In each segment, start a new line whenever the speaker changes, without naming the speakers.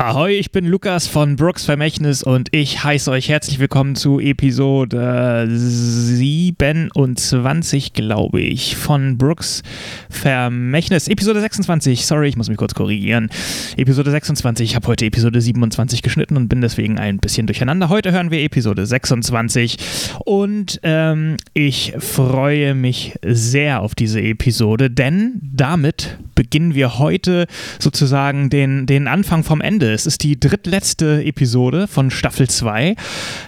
Ahoi, ich bin Lukas von Brooks Vermächtnis und ich heiße euch herzlich willkommen zu Episode 27, glaube ich, von Brooks Vermächtnis. Episode 26, sorry, ich muss mich kurz korrigieren. Episode 26, ich habe heute Episode 27 geschnitten und bin deswegen ein bisschen durcheinander. Heute hören wir Episode 26 und ähm, ich freue mich sehr auf diese Episode, denn damit beginnen wir heute sozusagen den, den Anfang vom Ende. Es ist die drittletzte Episode von Staffel 2.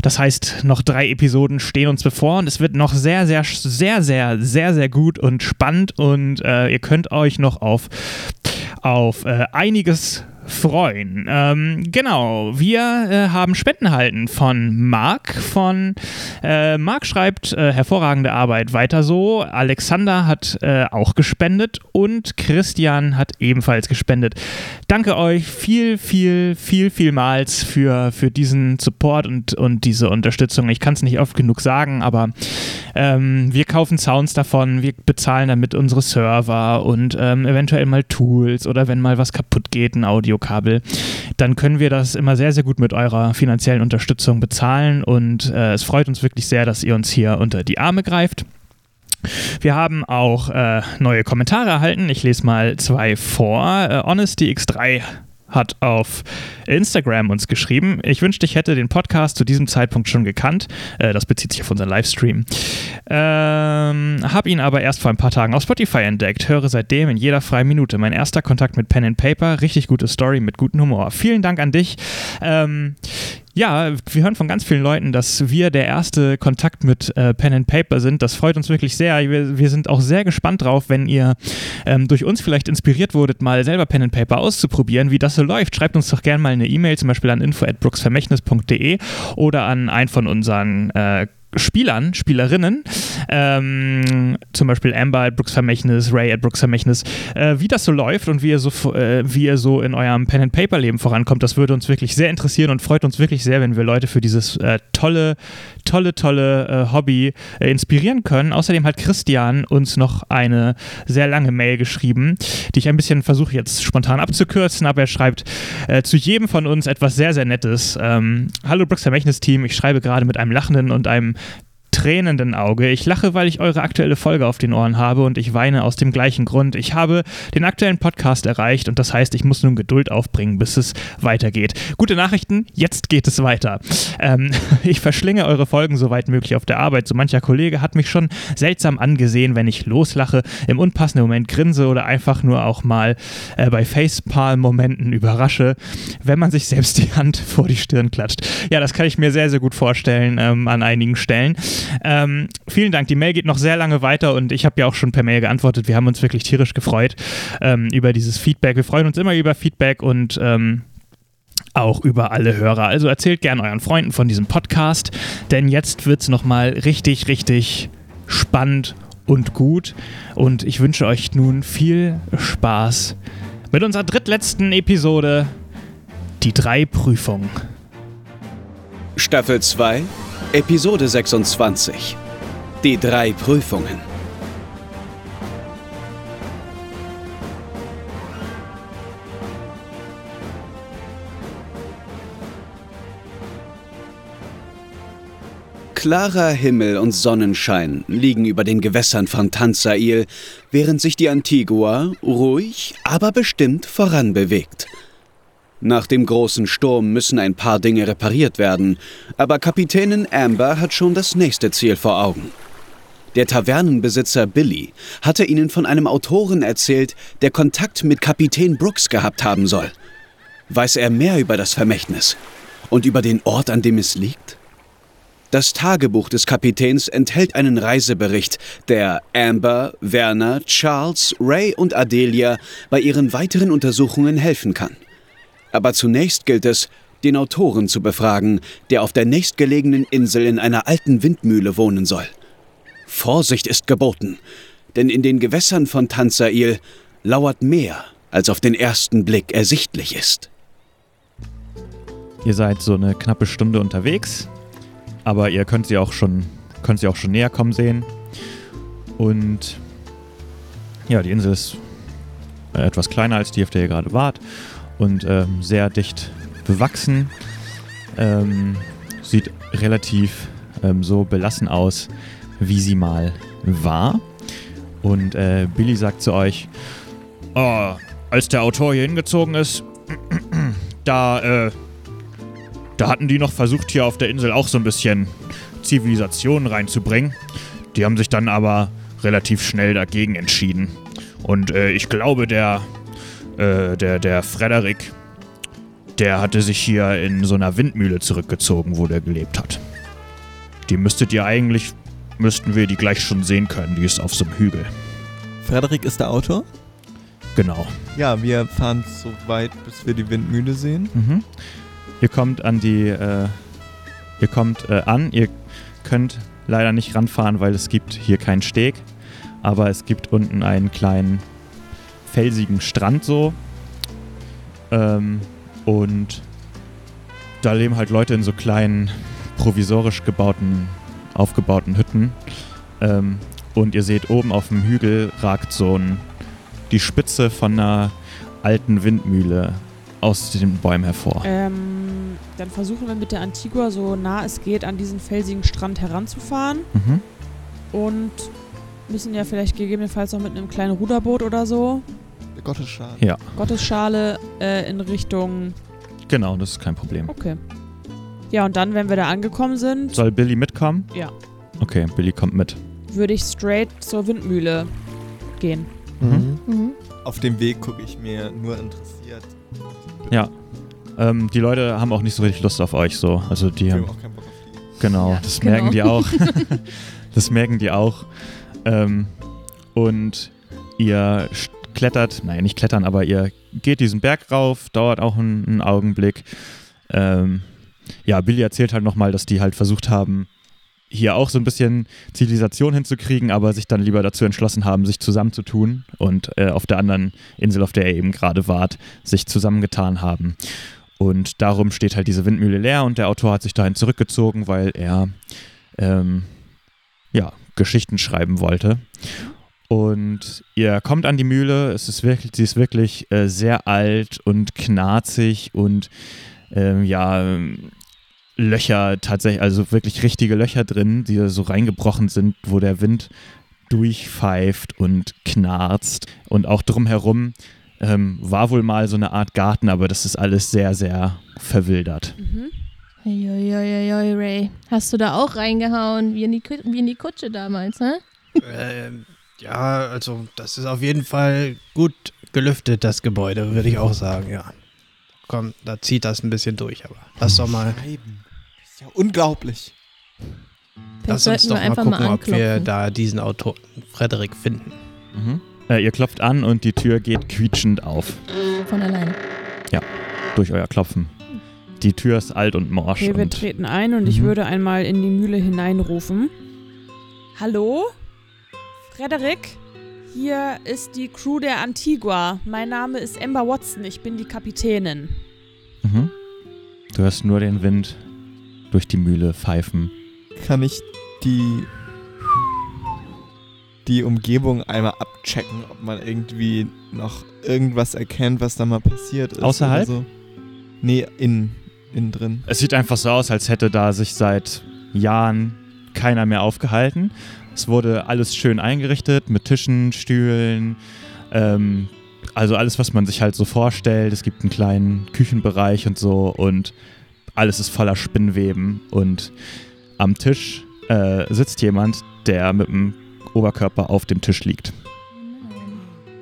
Das heißt, noch drei Episoden stehen uns bevor und es wird noch sehr, sehr, sehr, sehr, sehr, sehr gut und spannend und äh, ihr könnt euch noch auf, auf äh, einiges freuen. Ähm, genau, wir äh, haben Spenden erhalten von Marc. Von äh, Marc schreibt äh, hervorragende Arbeit weiter so. Alexander hat äh, auch gespendet und Christian hat ebenfalls gespendet. Danke euch viel, viel, viel, vielmals für, für diesen Support und, und diese Unterstützung. Ich kann es nicht oft genug sagen, aber ähm, wir kaufen Sounds davon, wir bezahlen damit unsere Server und ähm, eventuell mal Tools oder wenn mal was kaputt geht, ein Audiokabel, dann können wir das immer sehr, sehr gut mit eurer finanziellen Unterstützung bezahlen und äh, es freut uns wirklich sehr, dass ihr uns hier unter die Arme greift. Wir haben auch äh, neue Kommentare erhalten. Ich lese mal zwei vor. Äh, Honesty X3 hat auf Instagram uns geschrieben, ich wünschte, ich hätte den Podcast zu diesem Zeitpunkt schon gekannt. Äh, das bezieht sich auf unseren Livestream. Ähm, hab ihn aber erst vor ein paar Tagen auf Spotify entdeckt. Höre seitdem in jeder freien Minute. Mein erster Kontakt mit Pen and Paper. Richtig gute Story mit gutem Humor. Vielen Dank an dich. Ähm, ja, wir hören von ganz vielen Leuten, dass wir der erste Kontakt mit äh, Pen and Paper sind. Das freut uns wirklich sehr. Wir, wir sind auch sehr gespannt drauf, wenn ihr ähm, durch uns vielleicht inspiriert wurdet, mal selber Pen and Paper auszuprobieren, wie das so läuft. Schreibt uns doch gerne mal eine E-Mail, zum Beispiel an info@brooksvermächtnis.de oder an einen von unseren äh, Spielern, Spielerinnen, ähm, zum Beispiel Amber at Brooks Vermächtnis, Ray at Brooks Vermächtnis, äh, wie das so läuft und wie ihr so, äh, wie ihr so in eurem Pen and Paper Leben vorankommt, das würde uns wirklich sehr interessieren und freut uns wirklich sehr, wenn wir Leute für dieses äh, tolle, tolle, tolle äh, Hobby äh, inspirieren können. Außerdem hat Christian uns noch eine sehr lange Mail geschrieben, die ich ein bisschen versuche jetzt spontan abzukürzen, aber er schreibt äh, zu jedem von uns etwas sehr, sehr Nettes. Ähm, Hallo Brooks Vermächtnis Team, ich schreibe gerade mit einem lachenden und einem tränenden Auge. Ich lache, weil ich eure aktuelle Folge auf den Ohren habe und ich weine aus dem gleichen Grund. Ich habe den aktuellen Podcast erreicht und das heißt, ich muss nun Geduld aufbringen, bis es weitergeht. Gute Nachrichten, jetzt geht es weiter. Ähm, ich verschlinge eure Folgen soweit möglich auf der Arbeit. So mancher Kollege hat mich schon seltsam angesehen, wenn ich loslache, im unpassenden Moment grinse oder einfach nur auch mal äh, bei Facepalm-Momenten überrasche, wenn man sich selbst die Hand vor die Stirn klatscht. Ja, das kann ich mir sehr, sehr gut vorstellen ähm, an einigen Stellen. Ähm, vielen Dank. Die Mail geht noch sehr lange weiter und ich habe ja auch schon per Mail geantwortet. Wir haben uns wirklich tierisch gefreut ähm, über dieses Feedback. Wir freuen uns immer über Feedback und ähm, auch über alle Hörer. Also erzählt gern euren Freunden von diesem Podcast, denn jetzt wird es nochmal richtig, richtig spannend und gut. Und ich wünsche euch nun viel Spaß mit unserer drittletzten Episode, die drei Prüfungen.
Staffel 2, Episode 26. Die drei Prüfungen. Klarer Himmel und Sonnenschein liegen über den Gewässern von Tanzail, während sich die Antigua ruhig, aber bestimmt voranbewegt. Nach dem großen Sturm müssen ein paar Dinge repariert werden, aber Kapitänin Amber hat schon das nächste Ziel vor Augen. Der Tavernenbesitzer Billy hatte ihnen von einem Autoren erzählt, der Kontakt mit Kapitän Brooks gehabt haben soll. Weiß er mehr über das Vermächtnis und über den Ort, an dem es liegt? Das Tagebuch des Kapitäns enthält einen Reisebericht, der Amber, Werner, Charles, Ray und Adelia bei ihren weiteren Untersuchungen helfen kann. Aber zunächst gilt es, den Autoren zu befragen, der auf der nächstgelegenen Insel in einer alten Windmühle wohnen soll. Vorsicht ist geboten, denn in den Gewässern von Tanzail lauert mehr, als auf den ersten Blick ersichtlich ist.
Ihr seid so eine knappe Stunde unterwegs, aber ihr könnt sie auch schon, könnt sie auch schon näher kommen sehen. Und äh, ja, die Insel ist etwas kleiner als die, auf der ihr gerade wart. und ähm, sehr dicht bewachsen. Ähm, sieht relativ ähm, so belassen aus, wie sie mal war. Und äh, Billy sagt zu euch, "Ah, als der Autor hier hingezogen ist, da, äh, da hatten die noch versucht, hier auf der Insel auch so ein bisschen Zivilisation reinzubringen. Die haben sich dann aber relativ schnell dagegen entschieden. Und äh, ich glaube, der, äh, der, der Frederik, der hatte sich hier in so einer Windmühle zurückgezogen, wo der gelebt hat. Die müsstet ihr eigentlich, müssten wir die gleich schon sehen können. Die ist auf so einem Hügel.
Frederik ist der Autor.
Genau.
Ja, wir fahren so weit, bis wir die Windmühle sehen.
Mhm. Ihr kommt an die, äh, ihr kommt äh, an, ihr könnt leider nicht ranfahren, weil es gibt hier keinen Steg, aber es gibt unten einen kleinen felsigen Strand so ähm, und da leben halt Leute in so kleinen provisorisch gebauten, aufgebauten Hütten ähm, und ihr seht oben auf dem Hügel ragt so ein, die Spitze von einer alten Windmühle aus den Bäumen hervor.
Ähm, dann versuchen wir mit der Antigua so nah es geht an diesen felsigen Strand heranzufahren
Mhm.
und müssen ja vielleicht gegebenenfalls noch mit einem kleinen Ruderboot oder so,
Der Gottesschaden.
Ja.
Gottesschale äh, in Richtung.
Genau, das ist kein Problem.
Okay. Ja, und dann, wenn wir da angekommen sind,
Soll Billy mitkommen?
Ja.
Okay, Billy kommt mit.
würde ich straight zur Windmühle gehen.
Mhm.
Auf dem Weg gucke ich mir nur interessiert.
Ja, Ähm, die Leute haben auch nicht so richtig Lust auf euch so. Also die
Wir
haben,
haben auch keinen Bock auf die.
genau,
Ja,
das
genau.
merken die auch. das merken die auch. Ähm, und ihr st- klettert, naja, nicht klettern, aber ihr geht diesen Berg rauf, dauert auch einen, einen Augenblick. Ähm, ja, Billy erzählt halt nochmal, dass die halt versucht haben, hier auch so ein bisschen Zivilisation hinzukriegen, aber sich dann lieber dazu entschlossen haben, sich zusammenzutun und äh, auf der anderen Insel, auf der ihr eben gerade wart, sich zusammengetan haben. Und darum steht halt diese Windmühle leer und der Autor hat sich dahin zurückgezogen, weil er ähm, ja, Geschichten schreiben wollte. Und ihr kommt an die Mühle, es ist wirklich, sie ist wirklich äh, sehr alt und knarzig und ähm, ja, ähm, Löcher tatsächlich, also wirklich richtige Löcher drin, die da so reingebrochen sind, wo der Wind durchpfeift und knarzt. Und auch drumherum ähm, war wohl mal so eine Art Garten, aber das ist alles sehr, sehr verwildert.
Mhm.
Uiuiuiui, Ray. Hast du da auch reingehauen, wie in die, Ku- wie in die Kutsche damals, ne?
Ähm, ja, also das ist auf jeden Fall gut gelüftet, das Gebäude, würde ich auch sagen, ja. Komm, da zieht das ein bisschen durch, aber lass doch mal,
Scheiben. Das ist ja unglaublich.
Vielleicht
lass uns
sollten
doch
wir
mal
einfach
gucken,
mal
ob wir
anklopfen.
da diesen Autor Frederik finden.
Äh, ihr klopft an und die Tür geht quietschend auf
Von alleine.
durch euer Klopfen. Die Tür ist alt und morsch.
Okay, wir
und
treten ein und ich
Mhm.
würde einmal in die Mühle hineinrufen. Hallo? Frederik? Hier ist die Crew der Antigua. Mein Name ist Amber Watson. Ich bin die Kapitänin.
Mhm. Du hörst nur den Wind durch die Mühle pfeifen.
Kann ich die die Umgebung einmal abchecken, ob man irgendwie noch irgendwas erkennt, was da mal passiert ist.
Außerhalb?
Oder so. Nee, innen. Innen drin.
Es sieht einfach so aus, als hätte da sich seit Jahren keiner mehr aufgehalten. Es wurde alles schön eingerichtet mit Tischen, Stühlen, ähm, also alles, was man sich halt so vorstellt. Es gibt einen kleinen Küchenbereich und so und alles ist voller Spinnweben und am Tisch äh, sitzt jemand, der mit dem Oberkörper auf dem Tisch liegt.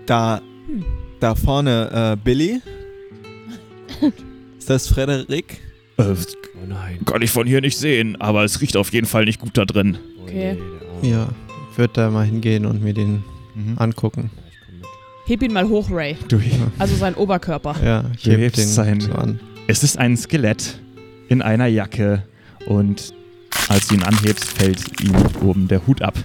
Da,
Hm.
da vorne äh, Billy. ist das Frederik?
Äh,
Oh nein.
kann ich von hier nicht sehen, aber es riecht auf jeden Fall nicht gut da drin.
Oh
Okay.
nee, der Arme.
Ja, ich würde da mal hingehen und mir den angucken.
Ja, ich komm mit.
Heb ihn mal hoch, Ray.
Du,
Also sein Oberkörper.
Ja, ich
Du
heb
hebst
den
sein-
so an.
Es ist ein Skelett in einer Jacke und als du ihn anhebst, fällt ihm oben der Hut ab.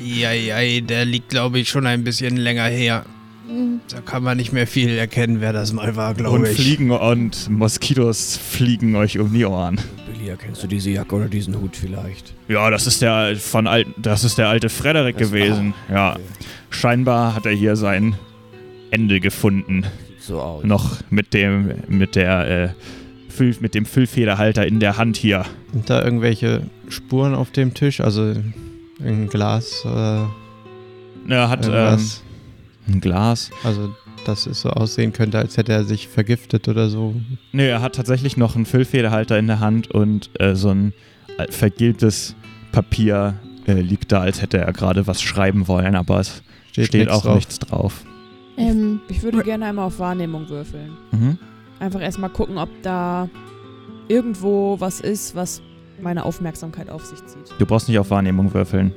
Eieiei, der liegt, glaube ich, schon ein bisschen länger her.
Mhm.
Da kann man nicht mehr viel erkennen, wer das mal war,
Und
glaube ich.
Fliegen und Moskitos fliegen euch um die Ohren.
Billy, erkennst du diese Jacke oder diesen Hut vielleicht?
Ja, das ist der von alt, das ist der alte Frederik
Das-
gewesen. Ja,
okay.
scheinbar hat er hier sein Ende gefunden.
so aus.
noch mit dem, mit der, äh, Füll, mit dem Füllfederhalter in der Hand hier.
Sind da irgendwelche Spuren auf dem Tisch? Also ein Glas äh, oder
Er hat
Äh,
ähm,
irgendwas?
ein Glas.
also, dass es so aussehen könnte, als hätte er sich vergiftet oder so.
Nee, er hat tatsächlich noch einen Füllfederhalter in der Hand und äh, so ein äh, vergilbtes Papier äh, liegt da, als hätte er gerade was schreiben wollen, aber es steht,
nichts
auch
drauf.
nichts drauf.
Ähm,
Ich würde gerne einmal auf Wahrnehmung würfeln.
Mhm.
Einfach erstmal gucken, ob da irgendwo was ist, was meine Aufmerksamkeit auf sich zieht.
Du brauchst nicht auf Wahrnehmung würfeln.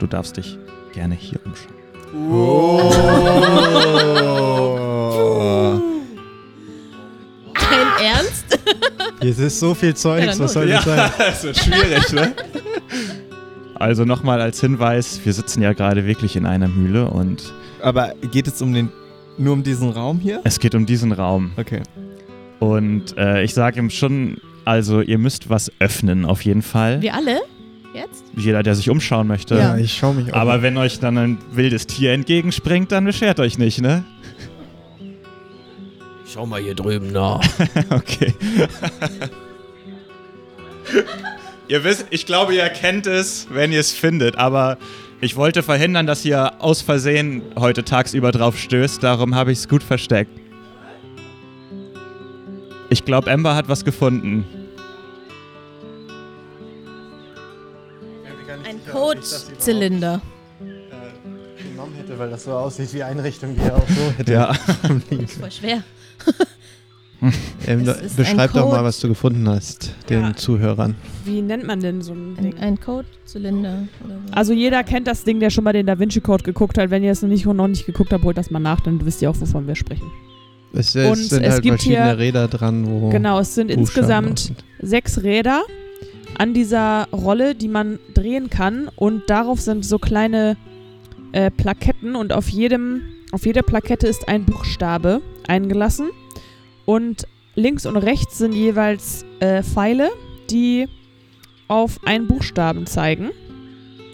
Du darfst dich gerne hier umschauen.
Oh.
dein Ernst?
Hier ist so viel Zeugs,
Ja, dann los.
was soll das sein?
das ist schwierig, ne? Also nochmal als Hinweis, wir sitzen ja gerade wirklich in einer Mühle und
Aber geht es um den nur um diesen Raum hier?
es geht um diesen Raum.
Okay.
Und äh, ich sage ihm schon, also ihr müsst was öffnen auf jeden Fall.
Wir alle? Jetzt?
Jeder, der sich umschauen möchte.
Ja.
ich schaue mich
Aber wenn euch dann ein wildes Tier entgegenspringt, dann beschwert euch nicht, ne?
Schau mal hier drüben nach.
Okay. ihr wisst, ich glaube, ihr erkennt es, wenn ihr es findet, aber ich wollte verhindern, dass ihr aus Versehen heute tagsüber drauf stößt, darum habe ich es gut versteckt. Ich glaube, Amber hat was gefunden.
Ein Codezylinder.
genommen hätte, weil das so aussieht wie Einrichtung, die er auch so hätte.
Ja.
Voll schwer.
Ähm,
Es ist
beschreib
ein
doch mal,
Code.
was du gefunden hast, den
Ja.
Zuhörern.
Wie nennt man denn so ein
Ein,
Ding?
ein Codezylinder. oder so.
Also jeder kennt das Ding, der schon mal den Da Vinci Code geguckt hat. Wenn ihr es noch nicht, noch nicht geguckt habt, holt das mal nach, dann wisst ihr auch, wovon wir sprechen.
Es,
Und
es sind
es
halt
gibt
verschiedene
hier-
Räder dran,
Oh.
wo.
Genau, es sind
Buchstaben drauf
insgesamt
sind.
sechs Räder an dieser Rolle, die man drehen kann. Und darauf sind so kleine äh, Plaketten und auf jedem, auf jeder Plakette ist ein Buchstabe eingelassen. Und links und rechts sind jeweils äh, Pfeile, die auf einen Buchstaben zeigen.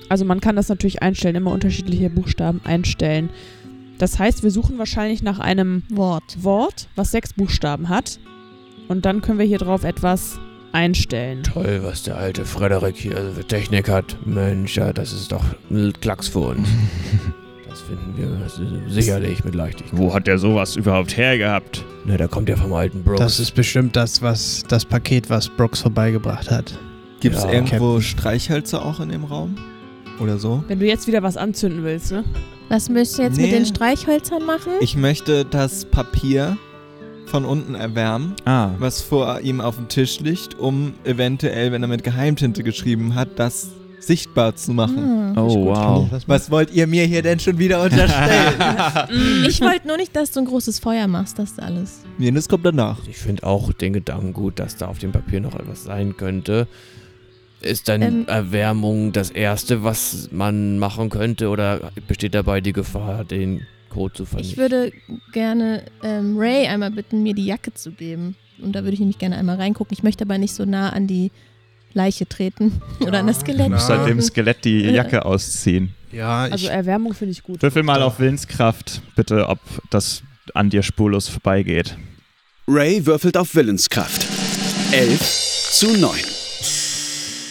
Also man kann das natürlich einstellen, immer unterschiedliche Buchstaben einstellen. Das heißt, wir suchen wahrscheinlich nach einem
Wort.
Wort, was sechs Buchstaben hat. Und dann können wir hier drauf etwas einstellen.
Toll, was der alte Frederik hier für Technik hat. Mensch, ja, das ist doch ein Klacks für uns. Das finden wir sicherlich mit Leichtigkeit.
Wo hat der sowas überhaupt hergehabt?
Ne, da kommt ja vom alten Brooks.
Das ist bestimmt das, was das Paket, was Brooks vorbeigebracht hat.
Gibt es
Ja.
irgendwo Streichhölzer auch in dem Raum? Oder so?
Wenn du jetzt wieder was anzünden willst, ne?
Was müsst ihr jetzt
Nee.
mit den Streichhölzern machen?
Ich möchte das Papier von unten erwärmen,
Ah,
was vor ihm auf dem Tisch liegt, um eventuell, wenn er mit Geheimtinte geschrieben hat, das sichtbar zu machen.
Hm.
oh wow.
Was
Was wollt ihr mir hier denn schon wieder unterstellen?
Ich wollte nur nicht, dass du ein großes Feuer machst, das ist alles.
nee, das kommt danach.
Also ich finde auch den Gedanken gut, dass da auf dem Papier noch etwas sein könnte. Ist dann
Ähm.
Erwärmung das Erste, was man machen könnte? Oder besteht dabei die Gefahr, den Code zu vernichten?
Ich würde gerne ähm, Ray einmal bitten, mir die Jacke zu geben. Und da würde ich nämlich gerne einmal reingucken. Ich möchte aber nicht so nah an die Leiche treten oder an das Skelett.
Du musst halt dem Skelett die Jacke ausziehen.
Ja, ich,
Also Erwärmung finde ich gut.
Würfel mal auf Willenskraft, bitte, ob das an dir spurlos vorbeigeht.
Ray würfelt auf Willenskraft. 11 zu 9.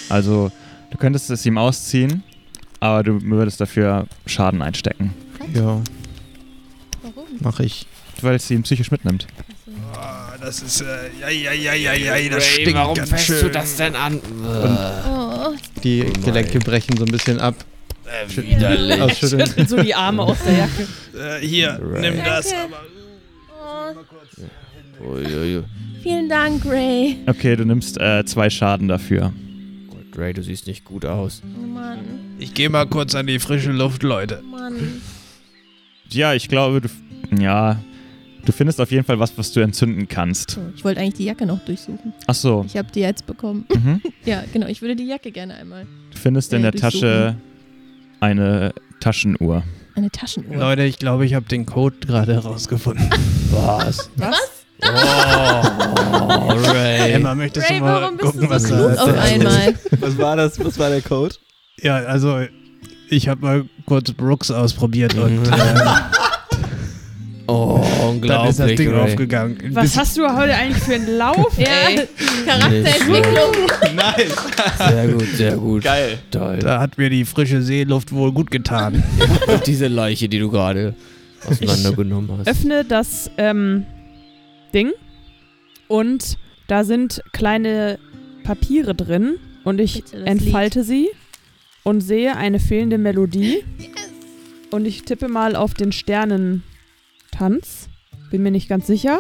Also, du könntest es ihm ausziehen, aber du würdest dafür Schaden einstecken,
ja,
Warum?
mach ich.
weil es ihn psychisch mitnimmt.
das ist, äh, ja, ja, ja, ja, ja, das
Ray,
stinkt
warum
ganz
fängst
schön.
du das denn an? Äh,
Oh,
Die
Oh mein.
Gelenke brechen so ein bisschen ab.
äh, widerlich.
Ausschütteln.
so die Arme aus der Jacke.
Äh, hier,
Ray.
das.
oh.
Uiuiui.
Vielen Dank, Ray.
Okay, du nimmst äh, zwei Schaden dafür.
Gott, Ray, du siehst nicht gut aus.
Oh Mann,
Ich gehe mal kurz an die frische Luft, Leute.
oh Mann.
Ja, ich glaube, du. Ja. Du findest auf jeden Fall was, was du entzünden kannst.
So, ich wollte eigentlich die Jacke noch durchsuchen.
Ach so.
Ich habe die jetzt bekommen.
Mhm.
Ja, genau. Ich würde die Jacke gerne einmal.
Du findest in
Äh,
der Tasche eine Taschenuhr.
Eine Taschenuhr.
Leute, ich glaube, ich habe den Code gerade rausgefunden.
Was?
Was?
Oh, Ray.
Emma, möchtest
Ray,
du mal
warum bist
gucken,
du
was
so klug
da
auf einmal?
Was war das? Was war der Code?
Ja, also ich habe mal kurz Brooks ausprobiert und äh,
Oh.
Dann ist das
Unglaublich,
Ding
Ray.
raufgegangen.
Was hast du heute eigentlich für einen Lauf? Äh,
Ja,
ey?
Charakterentwicklung.
Nein,
Sehr gut, sehr gut.
Geil.
Toll.
da hat mir die frische Seeluft wohl gut getan.
Und diese Leiche, die du gerade auseinandergenommen hast.
Öffne das ähm, Ding und da sind kleine Papiere drin und ich
Bitte, das
entfalte sie und sehe eine fehlende Melodie
Yes.
und ich tippe mal auf den Sternentanz. Bin mir nicht ganz sicher.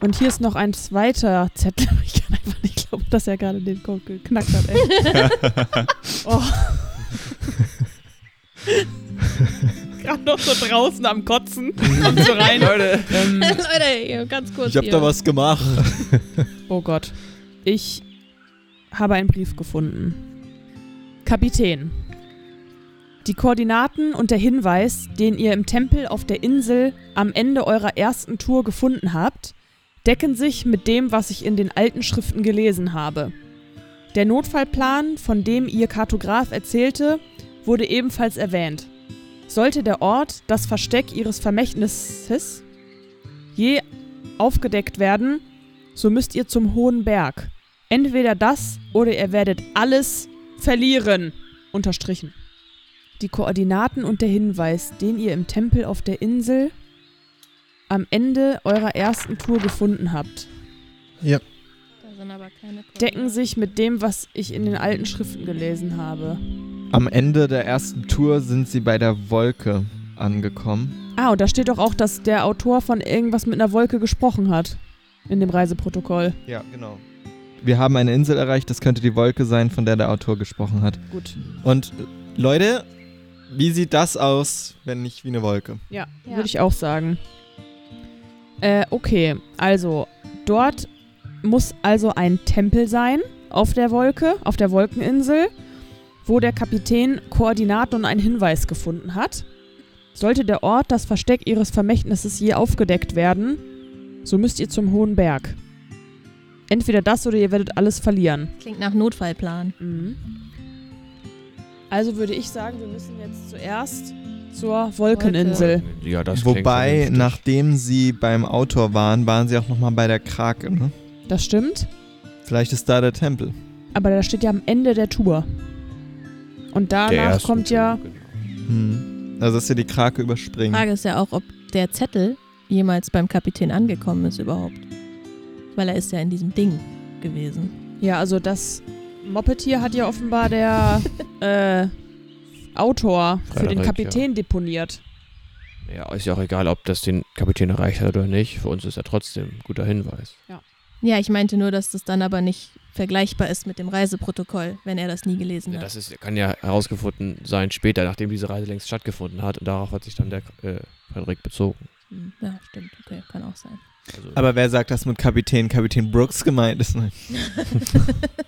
Und hier ist noch ein zweiter Zettel. Ich kann einfach nicht glauben, dass er gerade den Code geknackt hat. Ey. Oh. gerade noch so draußen am Kotzen. Kommst du rein? Leute. Ähm,
Leute, hier, ganz kurz.
Ich hab
hier.
da was gemacht.
Oh Gott. Ich habe einen Brief gefunden. Kapitän. Die Koordinaten und der Hinweis, den ihr im Tempel auf der Insel am Ende eurer ersten Tour gefunden habt, decken sich mit dem, was ich in den alten Schriften gelesen habe. Der Notfallplan, von dem ihr Kartograf erzählte, wurde ebenfalls erwähnt. Sollte der Ort, das Versteck ihres Vermächtnisses, je aufgedeckt werden, so müsst ihr zum hohen Berg. Entweder das oder ihr werdet alles verlieren. Unterstrichen. Die Koordinaten und der Hinweis, den ihr im Tempel auf der Insel am Ende eurer ersten Tour gefunden habt,
Da sind aber keine ne? Koordinaten.
decken sich mit dem, was ich in den alten Schriften gelesen habe.
Am Ende der ersten Tour sind sie bei der Wolke angekommen.
Ah, und da steht doch auch, dass der Autor von irgendwas mit einer Wolke gesprochen hat. In dem Reiseprotokoll.
Ja, genau. Wir haben eine Insel erreicht, das könnte die Wolke sein, von der der Autor gesprochen hat.
Gut.
Und äh, Leute, wie sieht das aus, wenn nicht wie eine Wolke?
Ja.
Würde ich auch sagen. Äh, okay, also dort muss also ein Tempel sein auf der Wolke, auf der Wolkeninsel, wo der Kapitän Koordinaten und einen Hinweis gefunden hat. Sollte der Ort, das Versteck ihres Vermächtnisses je aufgedeckt werden, so müsst ihr zum hohen Berg. Entweder das oder ihr werdet alles verlieren.
Klingt nach Notfallplan.
Mhm. Also würde ich sagen, wir müssen jetzt zuerst zur Wolkeninsel.
Ja, das klingt
Wobei,
vernünftig.
nachdem sie beim Autor waren, waren sie auch nochmal bei der Krake. Ne?
Das stimmt.
Vielleicht ist da der Tempel.
Aber da steht ja am Ende der Tour. Und
Der
danach
ersten
kommt ja.
Tour, genau.
Hm. Also, dass wir die Krake überspringen.
Frage ist ja auch, ob der Zettel jemals beim Kapitän angekommen ist überhaupt. Weil er ist ja in diesem Ding gewesen.
Ja, also das Moppetier hat ja offenbar der äh, Autor für den
Frederik,
Kapitän deponiert.
Ja, ist ja auch egal, ob das den Kapitän erreicht hat oder nicht. Für uns ist er trotzdem ein guter Hinweis.
Ja, ich meinte nur, dass das dann aber nicht vergleichbar ist mit dem Reiseprotokoll, wenn er das nie gelesen
Ja,
hat.
das ist, kann ja herausgefunden sein später, nachdem diese Reise längst stattgefunden hat. Und darauf hat sich dann der äh, Frederik bezogen.
Hm, Ja, stimmt. Okay, kann auch sein.
Also
Aber wer sagt, dass mit Kapitän Kapitän Brooks gemeint ist? ne? Nein.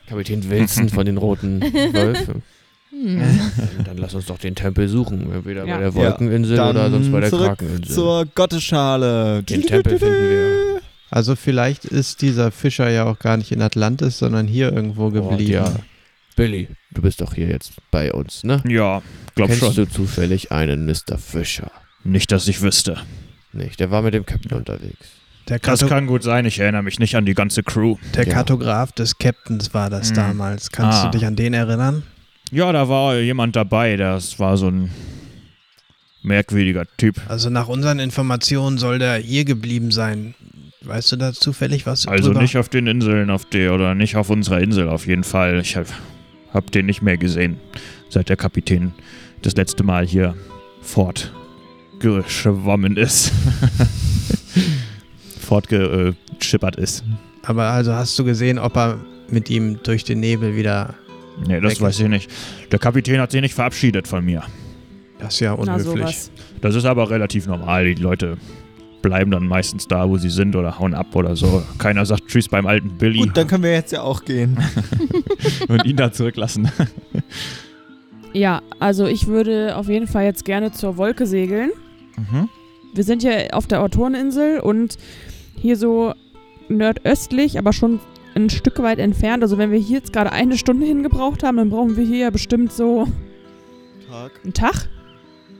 Kapitän Wilson von den Roten Wölfen.
Hm.
Also Dann lass uns doch den Tempel suchen. Entweder
Ja.
bei der Wolkeninsel
Ja,
oder
dann
sonst bei der
zurück
Krakeninsel.
Zur Gottesschale.
Den Tempel finden wir.
Also vielleicht ist dieser Fischer ja auch gar nicht in Atlantis, sondern hier irgendwo
Oh,
geblieben.
ja. Billy, du bist doch hier jetzt bei uns, ne?
Ja, glaub
Kennst
schon.
du zufällig einen Mr. Fischer?
Nicht, dass ich wüsste.
Nicht, der war mit dem Captain unterwegs.
Der,
Das
Karto-
kann gut sein, ich erinnere mich nicht an die ganze Crew.
der
ja.
Kartograf des Captains war das
Mhm.
damals. Kannst
Ah.
du dich an den erinnern?
Ja, da war jemand dabei, das war so ein merkwürdiger Typ.
Also nach unseren Informationen soll der hier geblieben sein. Weißt du da zufällig was
Also
drüber?
nicht auf den Inseln auf der oder nicht auf unserer Insel auf jeden Fall. Ich hab, hab den nicht mehr gesehen, seit der Kapitän das letzte Mal hier fortgeschwommen ist. Fortgeschippert ist.
Aber also hast du gesehen, ob er mit ihm durch den Nebel wieder...
Nee, das
Weg.
weiß ich nicht. Der Kapitän hat sich nicht verabschiedet von mir.
Das ist ja
Na
unhöflich.
sowas.
Das ist aber relativ normal. Die Leute bleiben dann meistens da, wo sie sind oder hauen ab oder so. Keiner sagt Tschüss beim alten Billy
Gut, dann können wir jetzt ja auch gehen.
und ihn da zurücklassen.
Ja, also ich würde auf jeden Fall jetzt gerne zur Wolke segeln.
Mhm.
Wir sind hier auf der Autoreninsel und hier so nordöstlich, aber schon ein Stück weit entfernt. Also wenn wir hier jetzt gerade eine Stunde hingebraucht haben, dann brauchen wir hier ja bestimmt so einen Tag.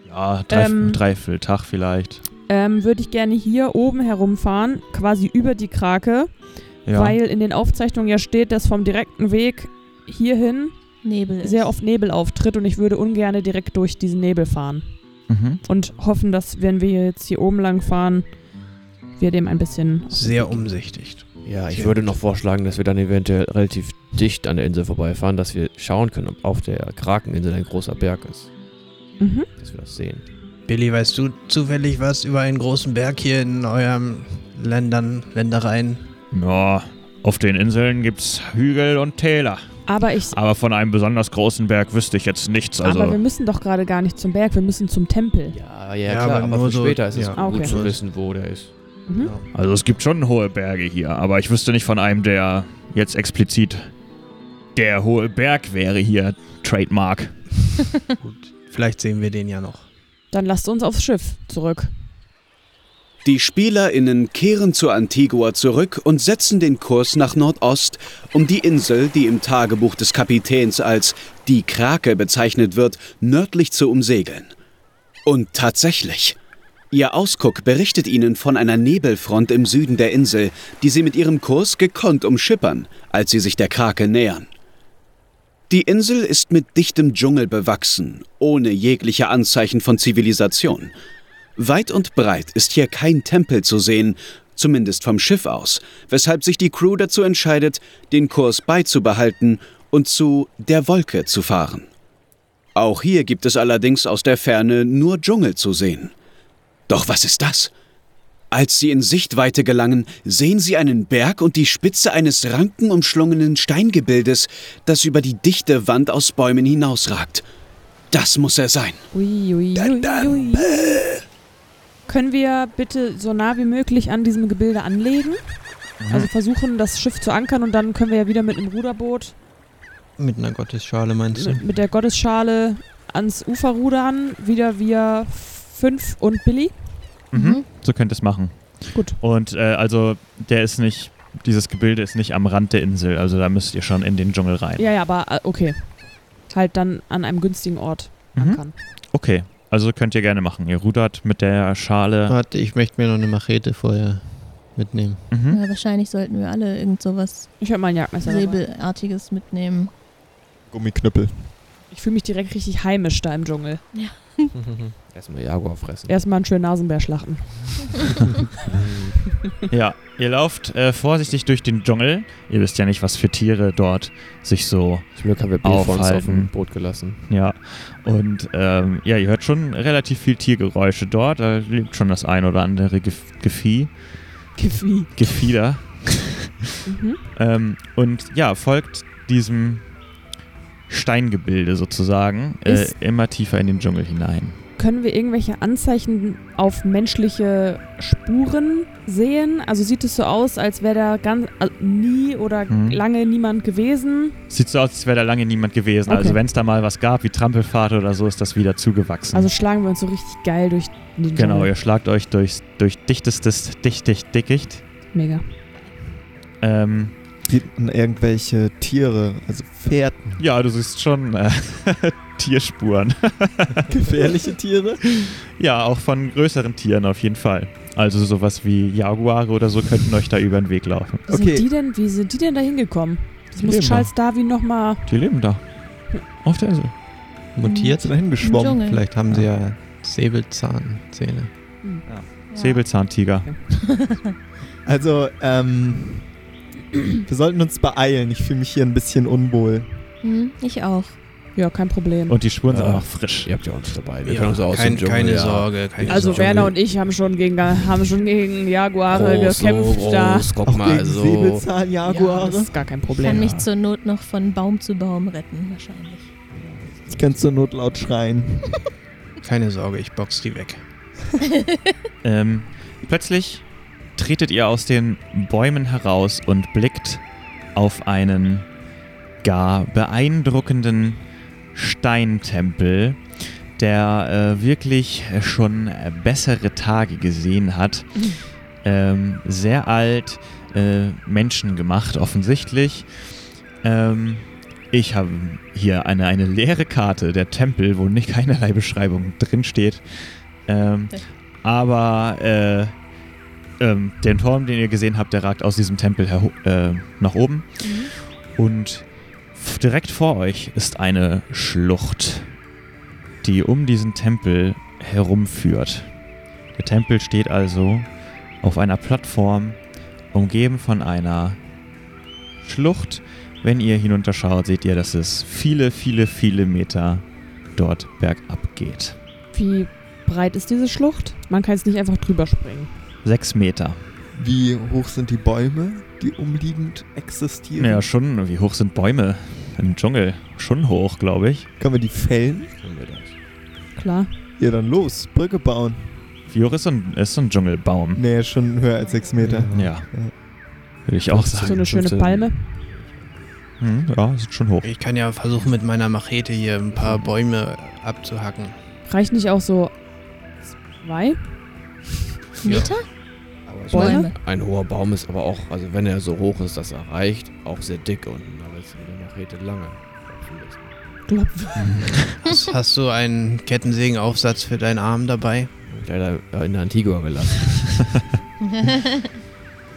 Ja, dreif
Ähm.
Dreivierteltag vielleicht.
ähm, würde ich gerne hier oben herumfahren, quasi über die Krake,
Ja.
weil in den Aufzeichnungen ja steht, dass vom direkten Weg hierhin
Nebel ist.
sehr oft Nebel auftritt und ich würde ungern direkt durch diesen Nebel fahren
mhm.
und hoffen, dass wenn wir jetzt hier oben lang fahren, wir dem ein bisschen
Sehr umsichtig.
Ja, ich würde noch vorschlagen, dass wir dann eventuell relativ dicht an der Insel vorbeifahren, dass wir schauen können, ob auf der Krakeninsel ein großer Berg ist.
mhm.
Dass wir das sehen.
Billy, weißt du zufällig was über einen großen Berg hier in euren Ländern, Ländereien?
Ja, auf den Inseln gibt's Hügel und Täler.
Aber ich
Aber von einem besonders großen Berg wüsste ich jetzt nichts. Also
aber wir müssen doch gerade gar nicht zum Berg, wir müssen zum Tempel.
Ja, ja,
Ja,
klar,
aber
aber,
nur
für
so-
später ist es
ja.
Ah,
gut
okay.
zu wissen, wo der ist.
Mhm.
Also es gibt schon hohe Berge hier, aber ich wüsste nicht von einem, der jetzt explizit der hohe Berg wäre hier. Trademark.
Gut, vielleicht sehen wir den ja noch.
Dann lasst uns aufs Schiff zurück.
Die SpielerInnen kehren zur Antigua zurück und setzen den Kurs nach Nordost, um die Insel, die im Tagebuch des Kapitäns als die Krake bezeichnet wird, nördlich zu umsegeln. Und tatsächlich. Ihr Ausguck berichtet ihnen von einer Nebelfront im Süden der Insel, die sie mit ihrem Kurs gekonnt umschippern, als sie sich der Krake nähern. Die Insel ist mit dichtem Dschungel bewachsen, ohne jegliche Anzeichen von Zivilisation. Weit und breit ist hier kein Tempel zu sehen, zumindest vom Schiff aus, weshalb sich die Crew dazu entscheidet, den Kurs beizubehalten und zu der Wolke zu fahren. Auch hier gibt es allerdings aus der Ferne nur Dschungel zu sehen. Doch was ist das? Als sie in Sichtweite gelangen, sehen sie einen Berg und die Spitze eines rankenumschlungenen Steingebildes, das über die dichte Wand aus Bäumen hinausragt. Das muss er sein.
Ui, ui, ui, ui. Können wir bitte so nah wie möglich an diesem Gebilde anlegen?
Hm.
Also versuchen, das Schiff zu ankern und dann können wir ja wieder mit einem Ruderboot,
Mit einer Gottesschale meinst du?
mit, mit der Gottesschale ans Ufer rudern. Wieder wir fünf und Billy.
Mhm. So könnt ihr es machen.
Gut.
Und äh, also der ist nicht, dieses Gebilde ist nicht am Rand der Insel, also da müsst ihr schon in den Dschungel rein.
Ja, ja, aber äh, okay. Halt dann an einem günstigen Ort
Mhm.
ankern.
Okay, also könnt ihr gerne machen. Ihr rudert mit der Schale.
Warte, ich möchte mir noch eine Machete vorher mitnehmen.
Mhm.
Ja, wahrscheinlich sollten wir alle irgend sowas
Ich hab mal ein Jagdmesser. dabei.
Säbelartiges mitnehmen.
Gummiknüppel.
Ich fühle mich direkt richtig heimisch da im Dschungel.
Erstmal Jaguar fressen.
Erstmal einen schönen Nasenbär schlachten.
Ja, ihr lauft äh, vorsichtig durch den Dschungel. Ihr wisst ja nicht, was für Tiere dort sich so
Zum Glück haben wir Bier vor uns auf
Aufhalten.
dem Boot gelassen.
Ja, und ähm, ja, ihr hört schon relativ viel Tiergeräusche dort. Da lebt schon das ein oder andere Gef Gefieh,
Gefühl.
Gefieder.
Mhm.
Ähm, und ja, folgt diesem Steingebilde sozusagen äh,
Ist-
immer tiefer in den Dschungel hinein.
Können wir irgendwelche Anzeichen auf menschliche Spuren sehen? Also sieht es so aus, als wäre da ganz äh, nie oder
Mhm.
lange niemand gewesen.
Sieht so aus, als wäre da lange niemand gewesen.
Okay.
Also wenn es da mal was gab, wie Trampelfahrt oder so, ist das wieder zugewachsen.
Also schlagen wir uns so richtig geil durch den
genau,
Dschungel.
ihr schlagt euch durchs, durch dichtestes dicht, dicht, dickicht.
Mega.
Ähm,
Sieht man irgendwelche Tiere, also Pferden.
ja, du siehst schon äh, Tierspuren.
Gefährliche Tiere?
Ja, auch von größeren Tieren auf jeden Fall. Also sowas wie Jaguare oder so könnten euch da über den Weg laufen.
Wie
Okay.
Sind die denn, wie sind die denn da hingekommen? Das muss
Leben
Charles Darwin nochmal.
Die leben da. Auf der Insel.
Mutiert?
Sind da hingeschwommen.
Dschungel.
Vielleicht haben sie ja Säbelzahnzähne.
Ja.
Säbelzahntiger.
Also, ähm. Wir sollten uns beeilen. Ich fühle mich hier ein bisschen unwohl.
Hm, ich auch.
Ja, kein Problem.
Und die Spuren sind
Ja.
auch noch frisch.
Ihr habt ja uns dabei. Wir
Ja,
können uns aus
kein,
dem Dschungel,
keine
ja.
Sorge. Keine
also
Sorge.
Werner und ich haben schon gegen, haben schon gegen Jaguare
Groß,
gekämpft
Oh, so
da.
groß, guck mal,
gegen
so.
Ja, das
Säbelzahnjaguare.
ist gar kein
Ich kann
Problem.
mich zur Not noch von Baum zu Baum retten, wahrscheinlich.
ich kann zur Not laut schreien.
Keine Sorge, ich box die weg.
Ähm, plötzlich tretet ihr aus den Bäumen heraus und blickt auf einen gar beeindruckenden Steintempel, der äh, wirklich schon bessere Tage gesehen hat. Ähm, sehr alt, äh, menschengemacht offensichtlich. Ähm, ich habe hier eine, eine leere Karte der Tempel, wo nicht keinerlei Beschreibung drinsteht. Ähm, Aber äh, ähm, den Turm, den ihr gesehen habt, der ragt aus diesem Tempel herho- äh, nach oben.
Mhm.
Und f- direkt vor euch ist eine Schlucht, die um diesen Tempel herumführt. Der Tempel steht also auf einer Plattform, umgeben von einer Schlucht. Wenn ihr hinunterschaut, seht ihr, dass es viele, viele, viele Meter dort bergab geht.
Wie breit ist diese Schlucht? Man kann jetzt nicht einfach drüber springen.
Sechs Meter.
Wie hoch sind die Bäume, die umliegend existieren?
Ja, schon. Wie hoch sind Bäume im Dschungel? Schon hoch, glaube ich.
Können wir die fällen?
Können wir das?
Klar.
Ja, dann los, Brücke bauen.
Wie hoch ist so ein, ist so ein Dschungelbaum?
Nee, schon höher als sechs Meter.
Ja. Würde ich auch
So
sagen.
eine schöne
15.
Palme.
Hm, ja, ist schon hoch.
Ich kann ja versuchen, mit meiner Machete hier ein paar Bäume abzuhacken.
Reicht nicht auch so zwei?
Meter?
Aber ich
Bäume?
meine, ein hoher Baum ist aber auch, also wenn er so hoch ist, dass er reicht, auch sehr dick unten. Aber es ist mit der Machete lange.
Glaub-
Hast, hast du einen Kettensägenaufsatz für deinen Arm dabei?
Leider äh, in der Antigua gelassen.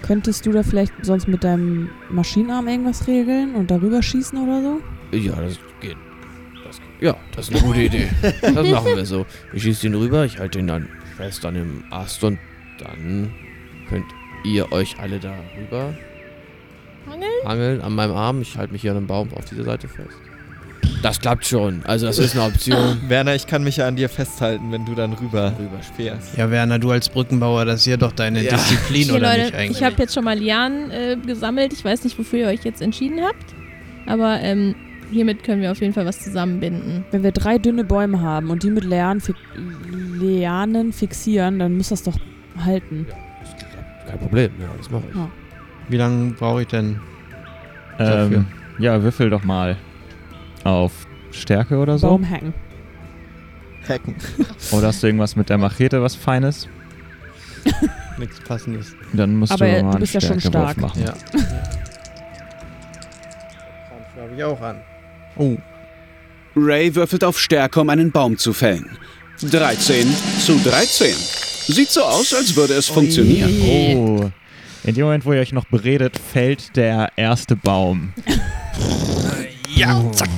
Könntest du da vielleicht sonst mit deinem Maschinenarm irgendwas regeln und darüber schießen oder so?
Ja, das geht. Das geht. Ja, das ist eine gute Idee. Das machen wir so. Ich schieße ihn rüber, ich halte ihn dann fest an dem Ast und dann könnt ihr euch alle da rüber
Angeln?
angeln an meinem Arm. Ich halte mich hier an einem Baum auf dieser Seite fest. Das klappt schon. Also das ist eine Option.
Werner, ich kann mich ja an dir festhalten, wenn du dann rüber
Rüber
fährst.
Ja, Werner, du als Brückenbauer, das ist ja doch deine
Ja.
Disziplin,
Hier,
oder
Leute,
nicht eigentlich?
ich habe jetzt schon mal Lianen äh, gesammelt. Ich weiß nicht, wofür ihr euch jetzt entschieden habt. Aber ähm, hiermit können wir auf jeden Fall was zusammenbinden.
Wenn wir drei dünne Bäume haben und die mit Lianen, fi Lianen fixieren, dann muss das doch halten.
Das klappt. Kein Problem. Ja, das mache ich.
Wie lange brauche ich denn?
Ähm, ja, würfel doch mal auf Stärke oder
Also?
so.
Baum hacken.
Hacken.
Oder hast du irgendwas mit der Machete, was Feines?
Nichts passendes.
Dann musst
Aber
du
er-
mal
du
einen
bist ja schon
Stärkewurf
stark.
machen.
Ja. habe ich auch an.
Ray würfelt auf Stärke, um einen Baum zu fällen. 13 zu 13. Sieht so aus, als würde es funktionieren.
Oh. In dem Moment, wo ihr euch noch beredet, fällt der erste Baum.
Ja, zack.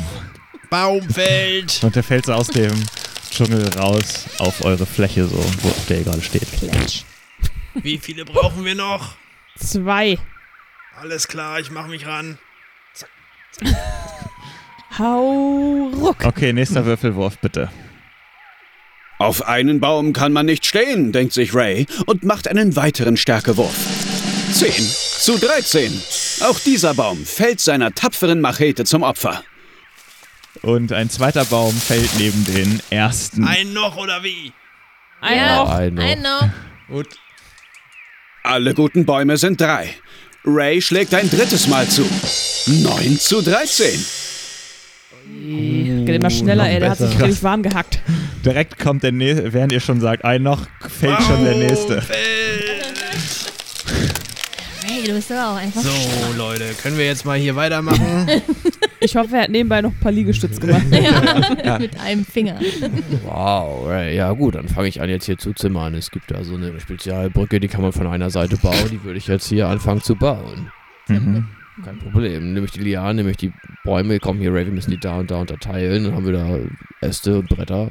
Baumfeld.
Und der fällt so aus dem Dschungel raus auf eure Fläche, so, wo auf der ihr gerade steht.
Klatsch.
Wie viele brauchen wir noch?
Zwei.
Alles klar, ich mache mich ran.
Hau ruck.
Okay, nächster Würfelwurf, bitte.
Auf einen Baum kann man nicht stehen, denkt sich Ray und macht einen weiteren Stärkewurf. 10 zu 13. Auch dieser Baum fällt seiner tapferen Machete zum Opfer.
Und ein zweiter Baum fällt neben den ersten.
Ein noch oder wie?
Ein
Ja.
auch.
I know.
I know.
Gut.
Alle guten Bäume sind drei. Ray schlägt ein drittes Mal zu. 9 zu 13.
Geht immer schneller, ey. Der hat sich
besser.
richtig warm gehackt.
Direkt kommt der nächste, während ihr schon sagt, ein noch, fällt schon der nächste.
Hey, du bist aber auch einfach.
So, Oh, Leute, können wir jetzt mal hier weitermachen?
Ich hoffe, er hat nebenbei noch ein paar Liegestütze gemacht.
Mit einem Finger.
Wow, ey, ja gut, dann fange ich an jetzt hier zu zimmern. Es gibt da so eine Spezialbrücke, die kann man von einer Seite bauen, die würde ich jetzt hier anfangen zu bauen.
Mhm.
Kein Problem. Nehme ich die Lianen, nehme ich die Bäume, komm hier, Ray, wir müssen die da und da unterteilen, dann haben wir da Äste und Bretter.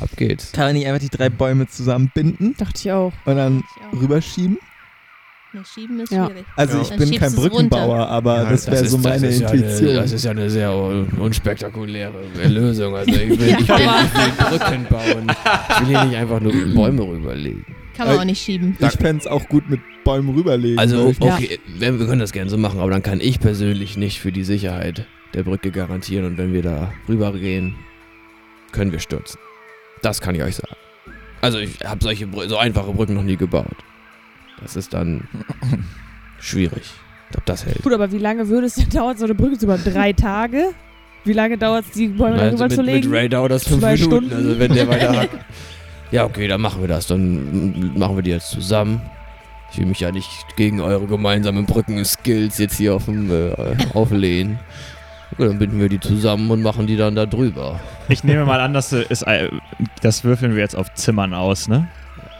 Ab geht's.
Kann man nicht einfach die drei Bäume zusammenbinden
Dachte ich auch.
und dann
Ich auch.
rüberschieben?
Nee, schieben ist
Ja.
schwierig.
Also
Ja.
ich
Dann
bin
schiebst
kein
du's runter.
Brückenbauer, aber das wäre
ist-
so meine
ist ja
Intuition.
Eine, das ist ja eine sehr un- unspektakuläre Lösung. Also ich will, ich will, ich will Brücken bauen. Ich will hier nicht einfach nur Bäume rüberlegen.
Kann man auch nicht schieben.
ich fände es auch gut mit Bäumen rüberlegen. weil
Also
ich
Ja.
okay, wenn, wir können das gerne so machen, aber dann kann ich persönlich nicht für die Sicherheit der Brücke garantieren und wenn wir da rübergehen, können wir stürzen. Das kann ich euch sagen. Also ich habe solche Brü- so einfache Brücken noch nie gebaut. Das ist dann schwierig, ob das hält.
Gut, aber wie lange würde es denn dauern, so eine Brücke zu bauen? Drei Tage? Wie lange dauert es, die Bäume darüber
Ne, also mit,
zu
mit
legen?
Ray dauert das fünf
Zwei
Minuten,
Stunden.
also wenn der weiter hackt. Ja, okay, dann machen wir das. Dann machen wir die jetzt zusammen. Ich will mich ja nicht gegen eure gemeinsamen Brücken-Skills jetzt hier auf dem äh, auflehnen. Okay, dann binden wir die zusammen und machen die dann da drüber.
äh, Ich nehme mal an, dass du, ist, äh, das würfeln wir jetzt auf Zimmern aus, ne?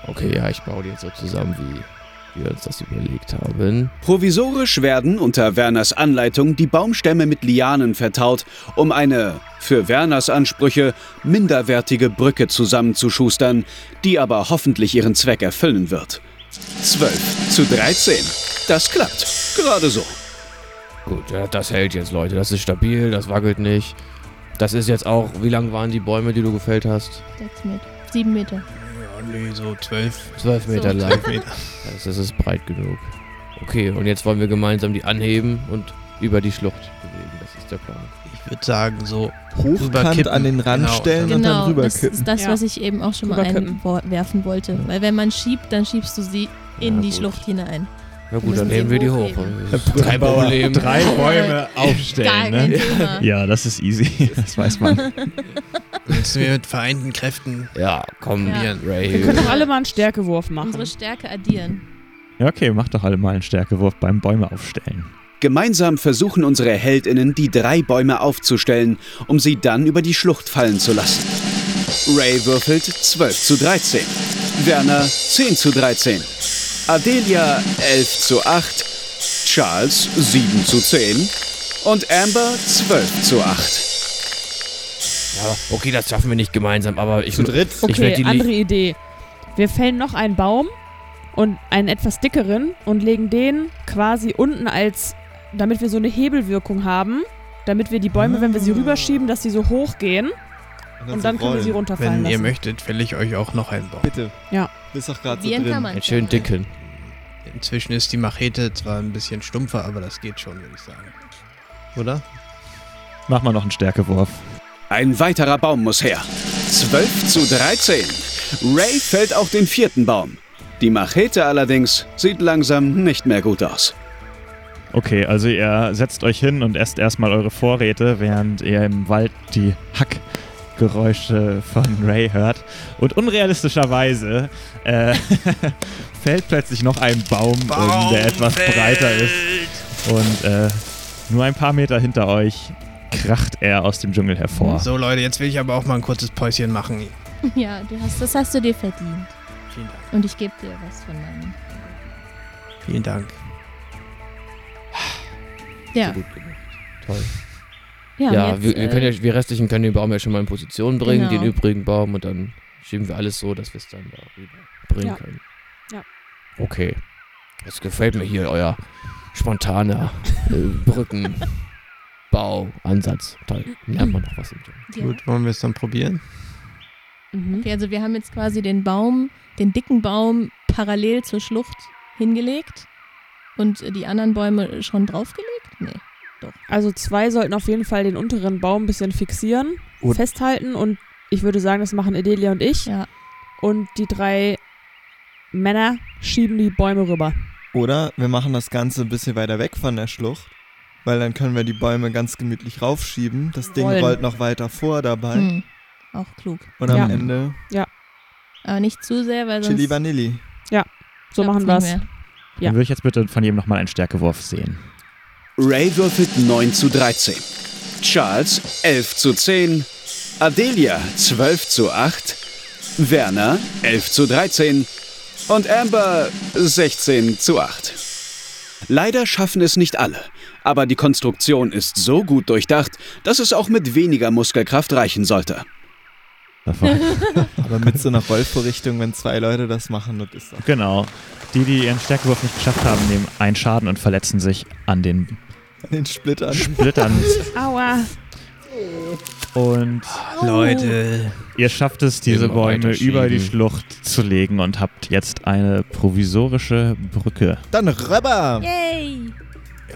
Okay, ja, ich baue die jetzt so zusammen, wie wir uns das überlegt haben.
Provisorisch werden unter Werners Anleitung die Baumstämme mit Lianen vertaut, um eine, für Werners Ansprüche, minderwertige Brücke zusammenzuschustern, die aber hoffentlich ihren Zweck erfüllen wird. 12 zu 13. Das klappt. Gerade so.
Gut, ja, das hält jetzt, Leute. Das ist stabil, das wackelt nicht. Das ist jetzt auch, wie lang waren die Bäume, die du gefällt hast?
Sechs Meter. Sieben Meter.
Ja, nee, so zwölf.
Zwölf Meter
So.
lang. Das, das ist breit genug. Okay, und jetzt wollen wir gemeinsam die anheben und über die Schlucht bewegen. Das ist der Plan.
Ich würde sagen, so
Hochkant
rüberkippen.
an den Rand
Genau,
stellen und dann
Genau, das
rüberkippen.
ist das,
Ja.
was ich eben auch schon mal
Rüberkippen.
einwerfen wollte. Weil wenn man schiebt, dann schiebst du sie in
Ja,
die
gut.
Schlucht hinein.
Na
Wir
gut, dann
müssen
heben
sie
wir die hoch.
hochheben.
Das ist Kein Problem.
Drei Bäume
Gar
aufstellen,
kein
ne?
Thema.
Ja, das ist easy. Das weiß man.
Müssen wir mit vereinten Kräften
Ja, komm,
Ja.
Wir
Ray.
können doch alle mal einen Stärkewurf machen.
Unsere Stärke addieren.
Ja, okay, mach doch alle mal einen Stärkewurf beim Bäume aufstellen.
Gemeinsam versuchen unsere Heldinnen, die drei Bäume aufzustellen, um sie dann über die Schlucht fallen zu lassen. Ray würfelt 12 zu 13, Werner 10 zu 13, Adelia 11 zu 8, Charles 7 zu 10 und Amber 12 zu 8.
Ja, okay, das schaffen wir nicht gemeinsam, aber ich,
Zu dritt.
ich
Okay,
werde die
andere Idee. Wir fällen noch einen Baum und einen etwas dickeren und legen den quasi unten als, damit wir so eine Hebelwirkung haben, damit wir die Bäume, wenn wir sie rüberschieben, dass sie so hoch gehen und dann können wir sie runterfallen
Wenn ihr
lassen.
möchtet, fälle ich euch auch noch einen Baum.
Bitte.
Ja.
Bist doch gerade so
Wie in
drin.
Kammern.
einen schönen dicken.
Inzwischen ist die Machete zwar ein bisschen stumpfer, aber das geht schon, würde ich sagen.
oder?
Mach mal noch einen Stärkewurf.
Ein weiterer Baum muss her. 12 zu 13. Ray fällt auch den vierten Baum. Die Machete allerdings sieht langsam nicht mehr gut aus.
Okay, also ihr setzt euch hin und esst erstmal eure Vorräte, während ihr im Wald die Hackgeräusche von Ray hört. Und unrealistischerweise äh, fällt plötzlich noch ein Baum, um, der etwas breiter ist. Und äh, nur ein paar Meter hinter euch kracht er aus dem Dschungel hervor.
So Leute, jetzt will ich aber auch mal ein kurzes Päuschen machen.
Ja, du hast, das hast du dir verdient.
Vielen Dank.
Und ich gebe dir was von meinem.
Vielen Dank.
Ja,
Gut gemacht. Toll.
ja,
Ja,
jetzt,
wir, wir,
äh,
können ja, wir restlichen können den Baum ja schon mal in Position bringen,
Genau.
den übrigen Baum, und dann schieben wir alles so, dass wir es dann da rüber bringen
Ja.
können.
Ja.
Okay. Das gefällt mir hier, euer spontaner äh, Brückenbauansatz. Toll. Lernt man noch was im Dschungel.
ja.
Gut, wollen wir es dann probieren?
Mhm.
Okay, also wir haben jetzt quasi den Baum, den dicken Baum parallel zur Schlucht hingelegt und äh, die anderen Bäume schon draufgelegt? Nee.
Also zwei sollten auf jeden Fall den unteren Baum ein bisschen fixieren, festhalten und ich würde sagen, das machen Edelia und ich.
Ja.
Und die drei Männer schieben die Bäume rüber.
Oder wir machen das Ganze ein bisschen weiter weg von der Schlucht, weil dann können wir die Bäume ganz gemütlich raufschieben. Das Ding
Wollen.
rollt noch weiter vor dabei
Hm. Auch klug.
und am
Ja.
Ende
Aber nicht zu sehr, weil sonst
Chili Vanilli.
So machen
klappt's
wir's.
nicht
Ja.
Dann würde ich jetzt bitte von jedem nochmal einen Stärkewurf sehen.
Ray würfelt 9 zu 13. Charles 11 zu 10. Adelia 12 zu 8. Werner 11 zu 13. Und Amber 16 zu 8. Leider schaffen es nicht alle. Aber die Konstruktion ist so gut durchdacht, dass es auch mit weniger Muskelkraft reichen sollte.
Davon.
Aber mit so einer Rollvorrichtung, wenn zwei Leute das machen, das ist doch.
genau. Die, die ihren Stärkewurf nicht geschafft haben, nehmen einen Schaden und verletzen sich an den
An den Splittern.
Splittern.
Aua.
Und
Oh,
Leute,
Ihr schafft es, diese
Immer
Bäume
weiterschieben.
über die Schlucht zu legen und habt jetzt eine provisorische Brücke.
Dann rüber!
mehr. Yay!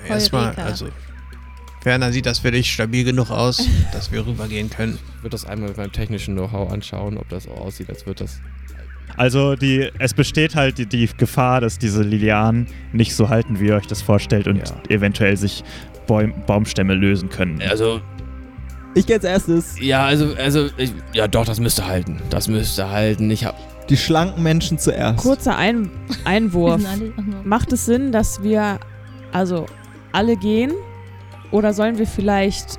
erstmal,
Eureka.
also. Ferner sieht das für dich stabil genug aus, dass wir rübergehen können.
Ich würde das einmal mit meinem technischen Know-how anschauen, ob das so aussieht, als würde das.
Also die, es besteht halt die, die Gefahr, dass diese Lilianen nicht so halten, wie ihr euch das vorstellt und
Ja.
eventuell sich Bäum, Baumstämme lösen können.
Also,
Ich gehe als erstes.
ja, also, also, ich, ja, doch, das müsste halten. Das müsste halten. Ich habe.
Die schlanken Menschen zuerst.
Kurzer Ein
Wir
Einwurf.
sind alle, ach, no.
Macht es Sinn, dass wir also alle gehen? Oder sollen wir vielleicht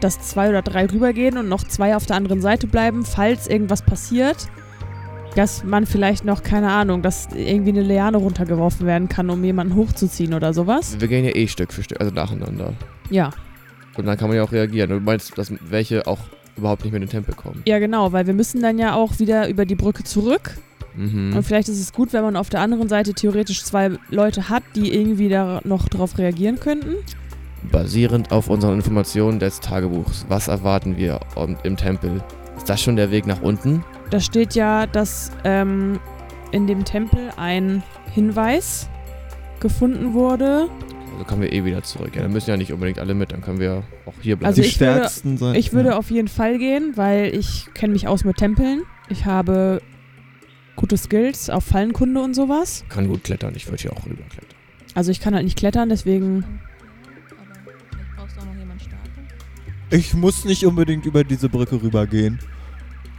das zwei oder drei rübergehen und noch zwei auf der anderen Seite bleiben, falls irgendwas passiert? dass man vielleicht noch, keine Ahnung, dass irgendwie eine Liane runtergeworfen werden kann, um jemanden hochzuziehen oder sowas.
Wir gehen ja eh Stück für Stück, also nacheinander.
Ja.
Und dann kann man ja auch reagieren. Du meinst, dass welche auch überhaupt nicht mehr in den Tempel kommen.
Ja, genau, weil wir müssen dann ja auch wieder über die Brücke zurück. Und
Mhm.
vielleicht ist es gut, wenn man auf der anderen Seite theoretisch zwei Leute hat, die irgendwie da noch drauf reagieren könnten.
Basierend auf unseren Informationen des Tagebuchs, was erwarten wir um- im Tempel? Ist das schon der Weg nach unten?
Da steht ja, dass ähm, in dem Tempel ein Hinweis gefunden wurde.
Also kommen wir eh wieder zurück. Ja, dann müssen ja nicht unbedingt alle mit, dann können wir auch hier bleiben.
Also
die
ich würde-
stärksten sein.
Ich würde auf jeden Fall gehen, weil ich kenne mich aus mit Tempeln. Ich habe gute Skills auf Fallenkunde und sowas.
kann gut klettern, ich würde hier auch rüberklettern.
Also ich kann halt nicht klettern, deswegen
vielleicht brauchst du auch noch jemanden starken.
Ich muss nicht unbedingt über diese Brücke rübergehen.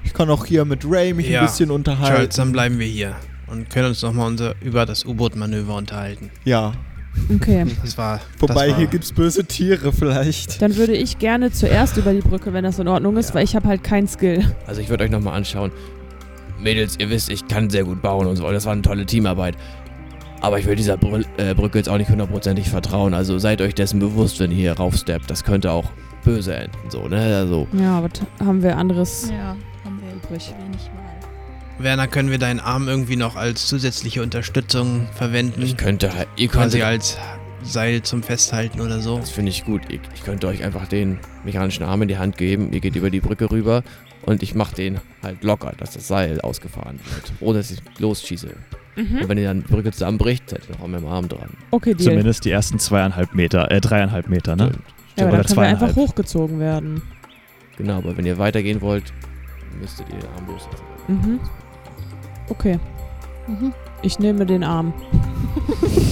Ich kann auch hier mit Ray mich
Ja.
ein bisschen
Charles,
unterhalten.
dann bleiben wir hier und können uns nochmal über das U-Boot-Manöver unterhalten.
Ja.
okay.
Das war.
Wobei
das war,
hier gibt's böse Tiere vielleicht.
Dann würde ich gerne zuerst über die Brücke, wenn das in Ordnung ist,
Ja.
weil ich habe halt keinen Skill.
Also ich würde euch nochmal anschauen. Mädels, ihr wisst, ich kann sehr gut bauen und so. Das war eine tolle Teamarbeit. Aber ich will dieser Brü äh, Brücke jetzt auch nicht hundertprozentig vertrauen. Also seid euch dessen bewusst, wenn ihr hier raufsteppt. Das könnte auch böse enden. So, ne? Also,
Ja, aber t- haben wir anderes.
Ja, haben wir
Übrig.
wenig Wahl.
Werner, können wir deinen Arm irgendwie noch als zusätzliche Unterstützung verwenden?
ich könnte halt. Ihr könnt.
Quasi als Seil zum Festhalten oder so.
Das finde ich gut. Ich, ich könnte euch einfach den mechanischen Arm in die Hand geben. Ihr geht über die Brücke rüber und ich mache den halt locker, dass das Seil ausgefahren wird. Ohne dass ich losschieße.
Hm?
Und wenn ihr dann die Brücke zusammenbricht, seid ihr noch an meinem Arm dran.
Mhm. Okay, Deal.
Zumindest die ersten zweieinhalb Meter, äh, dreieinhalb Meter, ne?
ja,
oder
aber dann können wir einfach
zweieinhalb.
hochgezogen werden.
Genau, aber wenn ihr weitergehen wollt, müsstet ihr den Arm loslassen.
Mhm. Okay,
Mhm.
ich nehme den Arm.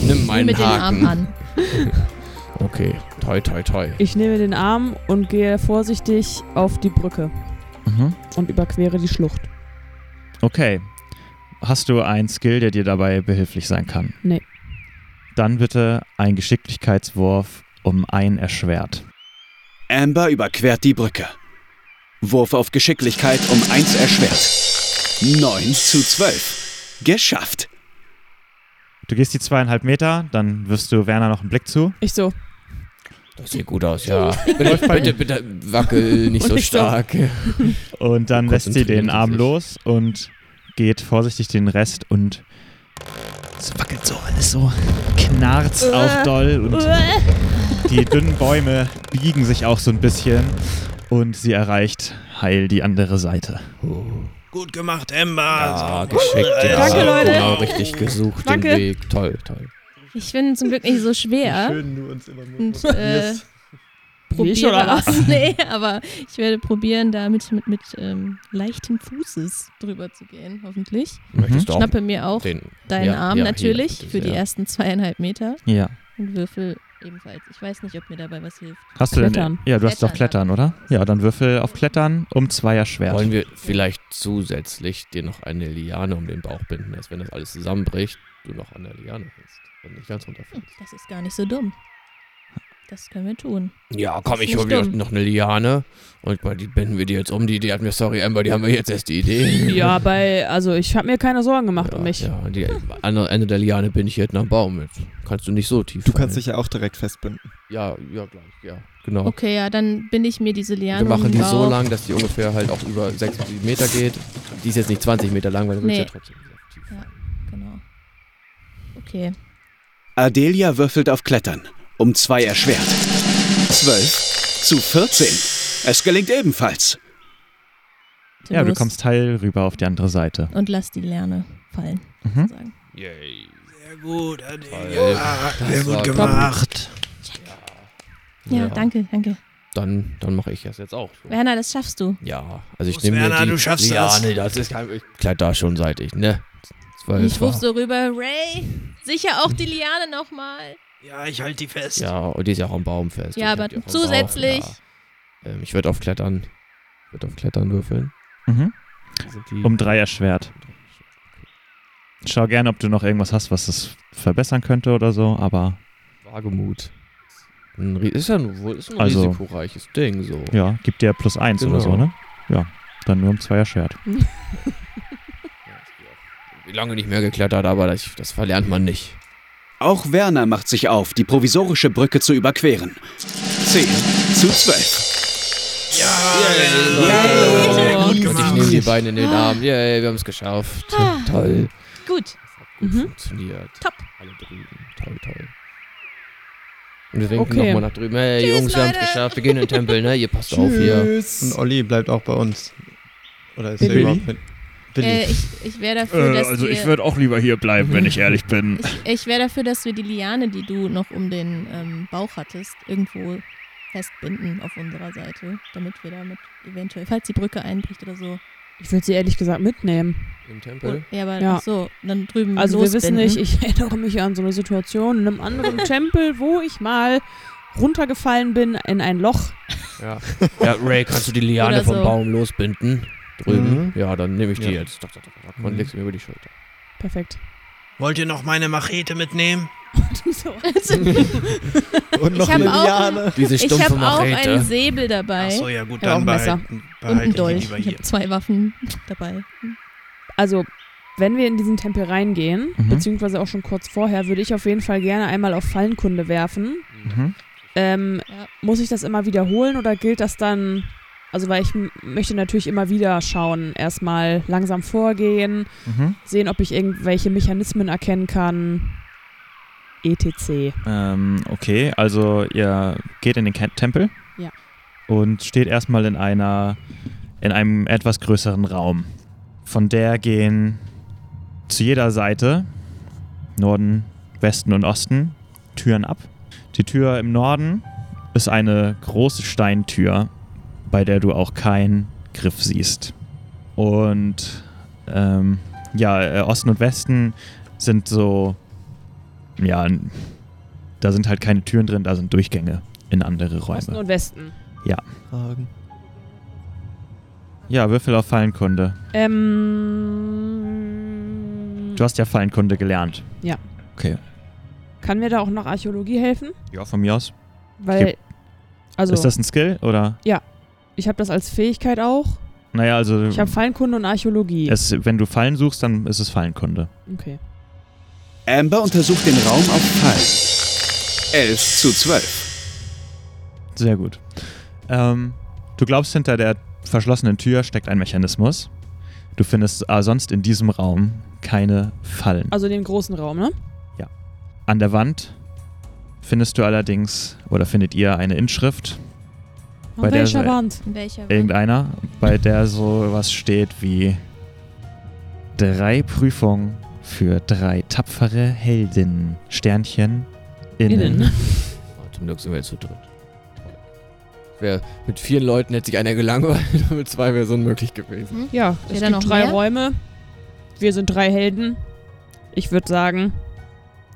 Nimm meinen
Mit den Armen
Haken.
an.
Okay, toi, toi, toi.
Ich nehme den Arm und gehe vorsichtig auf die Brücke
Mhm.
und überquere die Schlucht.
Okay. Hast du einen Skill, der dir dabei behilflich sein kann?
Nee.
Dann bitte ein Geschicklichkeitswurf um ein erschwert.
Amber überquert die Brücke. Wurf auf Geschicklichkeit um 1 erschwert. 9 zu 12. Geschafft.
Du gehst die zweieinhalb Meter, dann wirfst du Werner noch einen Blick zu.
Ich so.
Das sieht gut aus, ja. bitte, bitte, bitte wackel nicht
Und
so
nicht so.
stark.
Und
Oh
dann lässt sie
Konzentrieren
den
Sie
Arm
sich.
los und geht vorsichtig den Rest und es wackelt so alles so, knarzt auch doll und die dünnen Bäume biegen sich auch so ein bisschen und sie erreicht heil die andere Seite.
Gut gemacht, Emma.
Ja, geschickt, ja.
Danke, Leute.
Genau, richtig gesucht
Danke.
den Weg. Toll, toll.
Ich bin zum Glück nicht so schwer.
Schön, du uns immer
Und,
Wie
äh,
ich
probiere
oder was?
was. Nee, aber ich werde probieren, da mit, mit, mit ähm, leichten Fußes drüber zu gehen, hoffentlich.
Mhm.
Möchtest du auch
Schnappe mir auch
den
deinen
ja,
Arm
ja, hier,
natürlich
bitte
für die
sehr.
ersten zweieinhalb Meter
Ja.
und Würfel ebenfalls. Ich weiß nicht, ob mir dabei was hilft.
Hast du
Klettern.
denn? Ja, du hast doch
Klettern,
Klettern, oder? Ja, dann würfel auf Klettern um zwei erschwert.
Wollen wir vielleicht zusätzlich dir noch eine Liane um den Bauch binden, dass wenn das alles zusammenbricht, du noch an der Liane hängst und nicht ganz
Hm,
runterfällst?
Das ist gar nicht so dumm. Das können wir tun.
Ja,
Ist
komm, ich
nicht
hol dir
dumm.
noch eine Liane und bei die binden wir die jetzt um. Die Idee hatten wir, sorry, Amber, die haben wir jetzt erst die Idee.
Ja, bei, also ich habe mir keine Sorgen gemacht
ja,
um mich.
Ja, die andere Ende der Liane bin ich jetzt nach Baum mit. Kannst du nicht so tief
Du kannst
fallen.
dich ja auch direkt festbinden.
Ja, ja, gleich, ja. Genau.
Okay, ja, dann binde ich mir diese Liane
Wir machen
um
die
den
so
Bauch.
lang, dass die ungefähr halt auch über 6 sieben Meter geht. Die ist jetzt nicht 20 Meter lang, weil du willst
Nee.
ja trotzdem sehr tief.
Ja. Genau. Okay.
Adelia würfelt auf Klettern. Um 2 erschwert. 12 zu 14. Es gelingt ebenfalls.
ja, du
los.
kommst heil rüber auf die andere Seite.
Und lass die Liane fallen.
Hm?
Mhm.
sozusagen.
Yay.
Sehr gut,
Toll.
Adelia. Sehr
Das war
gut
top.
gemacht.
Ja, danke, danke.
Dann, dann mache ich das jetzt auch. So.
Werner, das schaffst du.
Ja, also ich
Los,
nehme
Werner,
mir die
du schaffst
ja,
das.
nee, das ist kein... Ich kletter schon seit ich, ne? Zwölf
ich rufe
war-
so rüber, Ray, sicher auch die Liane nochmal.
Ja, ich halte die fest.
Ja, und die ist ja auch am Baum fest.
Ja,
Ich
aber
hab die auch am
zusätzlich.
Baum, ja. Ähm, ich würde auf Klettern, würde auf Klettern würfeln.
Mhm.
Sind die-
Um drei erschwert. Schau gerne, ob du noch irgendwas hast, was das verbessern könnte oder so, aber
Wagemut. Ein, Ri- ist ja ein, wohl ist ein
Also-
risikoreiches Ding, so.
ja, gibt dir plus eins
Genau.
oder so, ne? Ja, dann nur um zwei erschwert.
Ja, lange nicht mehr geklettert, aber das, das verlernt man nicht.
Auch Werner macht sich auf, die provisorische Brücke zu überqueren. 10 zu 12.
Oh, und ich nehme die beiden in den Arm. Yay, wir haben es geschafft.
Ah.
Toll.
Gut.
Gut
Mhm.
funktioniert.
Top.
Alle drüben. Toll, toll. Und wir winken
Okay.
nochmal nach drüben. Hey
Tschüss,
Jungs, wir haben es
Leute.
geschafft. Wir gehen in den Tempel, ne? Ihr passt auf hier.
Und Olli bleibt auch bei uns. Oder ist
Billy?
er überhaupt mit Billy?
Äh, ich ich wäre dafür, dass
also
wir,
würde also auch lieber hier bleiben, wenn ich ehrlich bin.
ich, ich wär dafür, dass wir die Liane, die du noch um den ähm, Bauch hattest, irgendwo festbinden auf unserer Seite, damit wir damit eventuell, falls die Brücke einbricht oder so.
Ich würde sie ehrlich gesagt mitnehmen.
Im Tempel.
Ja, aber
Ja.
ach so, dann drüben
Also wir wissen
losbinden.
nicht, ich erinnere mich an so eine Situation in einem anderen Tempel, wo ich mal runtergefallen bin in ein Loch.
Ja. ja, Ray, kannst du die Liane
Oder
vom
so.
Baum losbinden?
Mhm.
Drüben? Ja, Mhm. dann nehme ich die
Ja.
jetzt. Doch, doch, doch, doch. Und legst du mir über die Schulter.
Perfekt.
Wollt ihr noch meine Machete mitnehmen?
So.
Und
ich hab auch-
Diese
ich
stumpfe
habe auch einen
Machete.
Säbel dabei
Ach so, ja gut,
Ja,
dann
auch ein Messer.
behalten,
und einen
behalten die
Dolch.
lieber
Ich
hier.
habe zwei Waffen dabei.
Also, wenn wir in diesen Tempel reingehen,
Mhm.
beziehungsweise auch schon kurz vorher, würde ich auf jeden Fall gerne einmal auf Fallenkunde werfen.
Mhm.
Ähm,
Ja.
Muss ich das immer wiederholen oder gilt das dann? Also, weil ich m- möchte natürlich immer wieder schauen, erstmal langsam vorgehen,
Mhm.
sehen, ob ich irgendwelche Mechanismen erkennen kann. E ETC.
Ähm, okay, also ihr geht in den Ke- Tempel
Ja.
und steht erstmal in einer in einem etwas größeren Raum. Von der gehen zu jeder Seite Norden, Westen und Osten Türen ab. Die Tür im Norden ist eine große Steintür, bei der du auch keinen Griff siehst. Und ähm, ja, äh, Osten und Westen sind so ja, n- da sind halt keine Türen drin, da sind Durchgänge in andere
Osten
Räume.
und Westen.
Fragen.
Ja, Würfel auf Fallenkunde.
Ähm,
Du hast ja Fallenkunde gelernt.
kann mir da auch noch Archäologie helfen?
Ja, von mir aus.
Weil, also,
Ist das ein Skill oder?
ich habe das als Fähigkeit auch.
Naja, also
Ich habe Fallenkunde und Archäologie.
es, wenn du Fallen suchst, dann ist es Fallenkunde.
Okay.
Amber untersucht den Raum auf Fallen. 11 zu 12.
Sehr gut. Ähm, du glaubst, hinter der verschlossenen Tür steckt ein Mechanismus. Du findest äh, sonst in diesem Raum keine Fallen.
Also den großen Raum, ne?
An der Wand findest du allerdings oder findet ihr eine Inschrift,
An
Bei der
welcher
Seite.
Wand?
In welcher
irgendeiner, bei der so was steht wie drei Prüfungen für drei tapfere Heldinnen. Sternchen innen.
Innen.
Oh, zum Glück sind wir jetzt zu dritt. Wer, mit vier Leuten hätte sich einer gelangweilt, mit zwei wäre es unmöglich gewesen.
Ja, es
da noch
gibt drei
mehr?
Räume. Wir sind drei Helden. Ich würde sagen,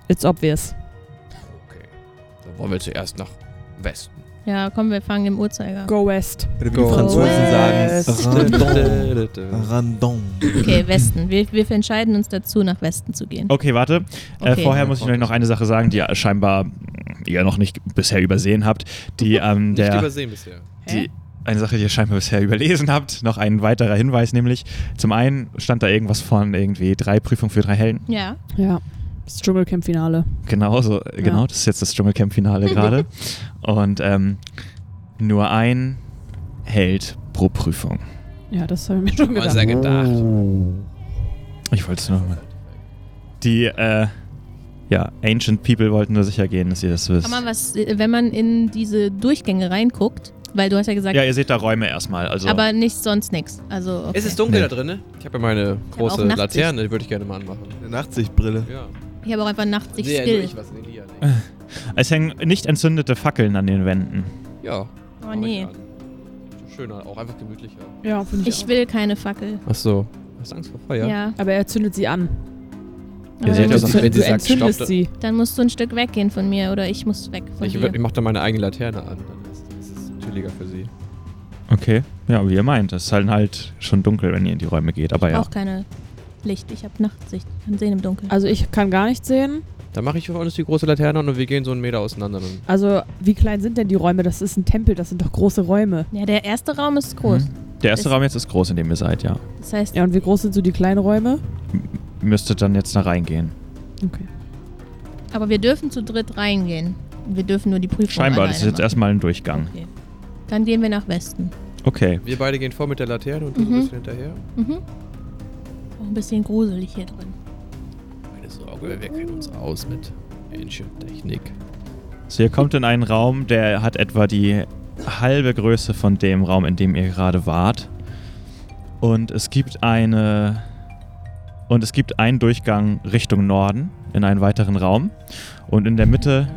it's obvious.
Okay. Dann wollen wir zuerst nach Westen.
Ja, komm, wir fangen im Uhrzeiger.
Go West.
Oder wie
Go
die Franzosen sagen. Randon.
Äh,
Randon.
Okay, Westen. Wir, wir entscheiden uns dazu, nach Westen zu gehen.
Okay, warte. Oh, Äh,
Okay.
vorher muss ich euch noch eine Sache sagen, die ihr scheinbar ihr noch nicht bisher übersehen habt. Die, ähm, der,
übersehen bisher.
die eine Sache, die ihr scheinbar bisher überlesen habt. Noch ein weiterer Hinweis, nämlich zum einen stand da irgendwas von irgendwie drei Prüfungen für drei Helden.
Ja.
Ja. Das Dschungelcamp-Finale.
Genau, so, genau, das ist jetzt das Dschungelcamp-Finale gerade. Und ähm, nur ein Held pro Prüfung.
Ja, das habe ich mir schon
Was er
gedacht.
gedacht.
Oh. Ich wollte es nochmal. Die, äh, ja, Ancient People wollten nur sicher gehen, dass ihr das wisst.
Kann man was, äh, wenn man in diese Durchgänge reinguckt, weil du hast ja gesagt,
Ja, ihr seht da Räume erstmal. Also,
aber nicht sonst nichts. Also, okay.
Es ist dunkel
Nee.
da drin, ne? Ich habe ja meine
auch
große
Nachtsicht.
Laterne, die würde ich gerne mal anmachen.
Eine Nachtsichtbrille.
Ja.
ich habe auch einfach nachts
Ich
sich
Sehe ja nur
still. Ah.
ich was, nee, die ja nicht.
es hängen nicht entzündete Fackeln an den Wänden.
Ja.
oh nee.
Schöner, auch einfach gemütlicher.
Ja, finde ich,
Ich
auch.
will keine Fackel.
Ach so. Hast du Angst vor Feuer?
Ja.
Aber er zündet sie an.
Aber
seht
dann,
ja
musst
sonst-
wenn
du du
sie sagt,
entzündest
stopp,
sie.
du, dann musst du ein Stück weggehen von mir oder ich muss weg von
Ich,
dir.
wür- ich mache dann meine eigene Laterne an. Dann ist das ist chilliger für sie.
Okay. Ja, wie ihr meint. Es ist halt, halt schon dunkel, wenn ihr in die Räume geht. Aber
Ich
ja.
brauche keine Licht. Ich habe Nachtsicht. Ich kann sehen im Dunkeln.
Also ich kann gar nicht sehen.
Dann mache ich für uns die große Laterne an und wir gehen so einen Meter auseinander. Dann
Also wie klein sind denn die Räume? Das ist ein Tempel, das sind doch große Räume.
ja, der erste Raum ist groß.
Der erste
Ist-
Raum jetzt ist groß, in dem ihr seid, Mhm. ja.
Das heißt,
Ja, und wie groß sind so die kleinen Räume?
müsste dann jetzt da reingehen.
Aber wir dürfen zu dritt reingehen. Wir dürfen nur die Prüfung
Scheinbar, das ist
alleine
jetzt
machen.
erstmal ein Durchgang.
Dann gehen wir nach Westen.
Okay.
Wir beide gehen vor mit der Laterne und du
Mhm.
bist hinterher.
Mhm. Auch ein bisschen gruselig hier drin.
Keine Sorge, wir kennen uns aus mit Ancient Technik.
So, ihr kommt in einen Raum, der hat etwa die halbe Größe von dem Raum, in dem ihr gerade wart. Und es gibt eine. Und es gibt einen Durchgang Richtung Norden in einen weiteren Raum. Und in der Mitte,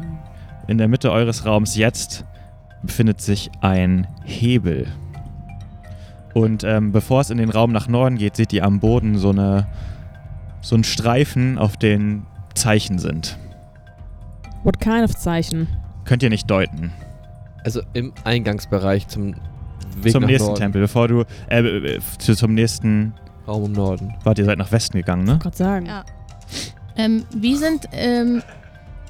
in der Mitte eures Raums jetzt befindet sich ein Hebel. Und ähm, bevor es in den Raum nach Norden geht, seht ihr am Boden so eine so einen Streifen, auf den Zeichen sind.
What kind of Zeichen?
Könnt ihr nicht deuten.
Also im Eingangsbereich zum Weg
zum
nach
nächsten
Norden.
Tempel, bevor du äh, äh, zu, zum nächsten.
Raum im Norden.
Wart, ihr seid nach Westen gegangen, ne?
Gott sagen.
Ja. Ähm, wie sind, ähm,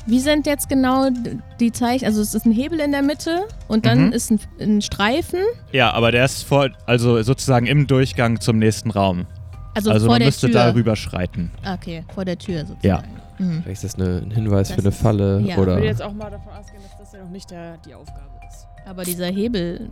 wie sind jetzt genau d- die Zeichen? Also es ist ein Hebel in der Mitte und dann
Mhm.
ist ein, ein Streifen,
Ja, aber der ist vor, also sozusagen im Durchgang zum nächsten Raum.
also,
Also
vor
man
der
müsste
Tür.
da rüberschreiten.
Ah, Okay, vor der Tür sozusagen.
Ja.
Mhm.
Vielleicht ist das eine, ein Hinweis
Das
für eine
ist-
Falle
ja.
Ich
oder.
will jetzt auch mal davon ausgehen, dass das ja noch nicht der, die Aufgabe ist.
Aber dieser Hebel,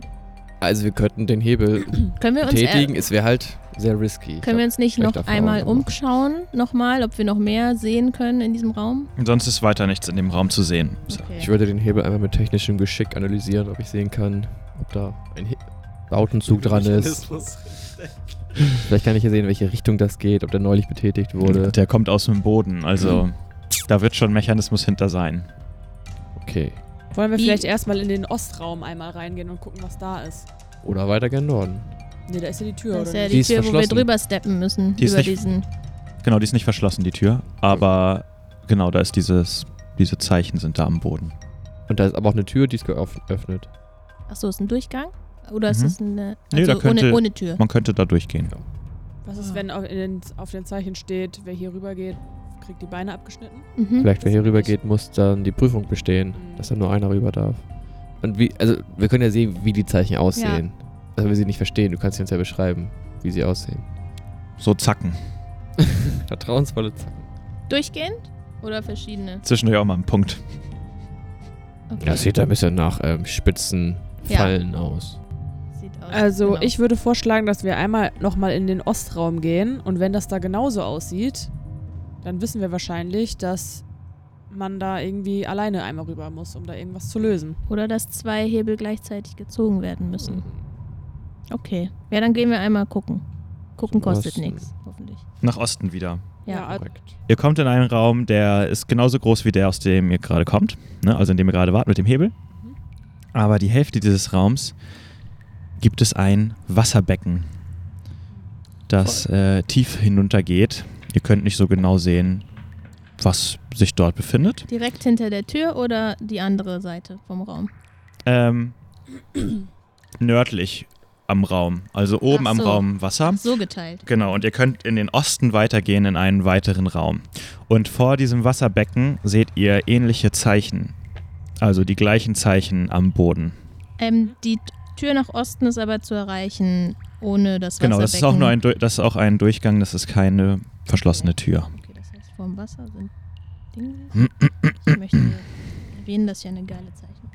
Also wir könnten den Hebel
können wir uns, äh,
tätigen. Es wäre halt sehr risky. Ich
können wir uns nicht noch
schlechte Erfahrungen
einmal
gemacht.
umschauen, nochmal, ob wir noch mehr sehen können in diesem Raum?
Und sonst ist weiter nichts in dem Raum zu sehen. So.
Okay.
Ich würde den Hebel einmal mit technischem Geschick analysieren, ob ich sehen kann, ob da ein He Bautenzug dran ist. Vielleicht kann ich hier sehen, in welche Richtung das geht, ob der neulich betätigt wurde. Mhm.
Der kommt aus dem Boden, also da wird schon ein Mechanismus hinter sein.
Okay.
Wollen wir
Wie-
vielleicht erstmal in den Ostraum einmal reingehen und gucken, was da ist?
Oder weiter gern Norden.
Ne, da ist ja die Tür,
das ist
oder?
ja
nicht?
die,
Die ist
Tür, wo wir
verschlossen.
drüber steppen müssen.
Die ist
über
nicht-
diesen.
Genau, die ist nicht verschlossen, die Tür. Aber genau, da ist dieses, diese Zeichen sind da am Boden.
Und da ist aber auch eine Tür, die ist geöffnet.
Achso, ist ein Durchgang? Oder ist
Mhm.
es eine.
Nee,
Also
da könnte-
ohne, ohne Tür.
Man könnte da durchgehen.
Was ist, wenn auf, in den, auf den Zeichen steht, wer hier rüber geht, kriegt die Beine abgeschnitten?
Mhm.
Vielleicht, wer hier rüber geht, muss dann die Prüfung bestehen,
Hm.
dass dann nur einer rüber darf. Und wie, also wir können ja sehen, wie die Zeichen aussehen. Also wenn wir sie nicht verstehen, du kannst sie uns ja beschreiben, wie sie aussehen.
So zacken.
Vertrauensvolle Zeichen.
Durchgehend? Oder verschiedene?
Zwischendurch auch mal ein Punkt.
Okay.
Das sieht ein bisschen nach ähm, spitzen
Ja.
Fallen aus.
Sieht aus.
Also
genau.
ich würde vorschlagen, dass wir einmal nochmal in den Ostraum gehen und wenn das da genauso aussieht, dann wissen wir wahrscheinlich, dass man da irgendwie alleine einmal rüber muss, um da irgendwas zu lösen.
Oder dass zwei Hebel gleichzeitig gezogen werden
Mhm.
müssen. Okay. Ja, dann gehen wir einmal gucken. Gucken
Was-
kostet nichts, hoffentlich.
Nach Osten wieder.
Ja.
Korrekt.
Ihr kommt in einen Raum, der ist genauso groß wie der, aus dem ihr gerade kommt, ne? also in dem ihr gerade wart mit dem Hebel.
Mhm.
Aber die Hälfte dieses Raums gibt es ein Wasserbecken, das äh, tief hinuntergeht. Ihr könnt nicht so genau sehen, was sich dort befindet.
Direkt hinter der Tür oder die andere Seite vom Raum?
Ähm, nördlich am Raum, also oben
Ach
am
so.
Raum Wasser.
So geteilt.
Genau, und ihr könnt in den Osten weitergehen in einen weiteren Raum. Und vor diesem Wasserbecken seht ihr ähnliche Zeichen. Also die gleichen Zeichen am Boden. Mhm.
Ähm, die Tür nach Osten ist aber zu erreichen, ohne das Wasser.
Genau, das ist auch nur ein, Du- das ist auch ein Durchgang, das ist keine verschlossene Tür.
Okay, das heißt, vorm Wasser sind Dinge. Ich möchte erwähnen, dass ich eine geile Zeichnung.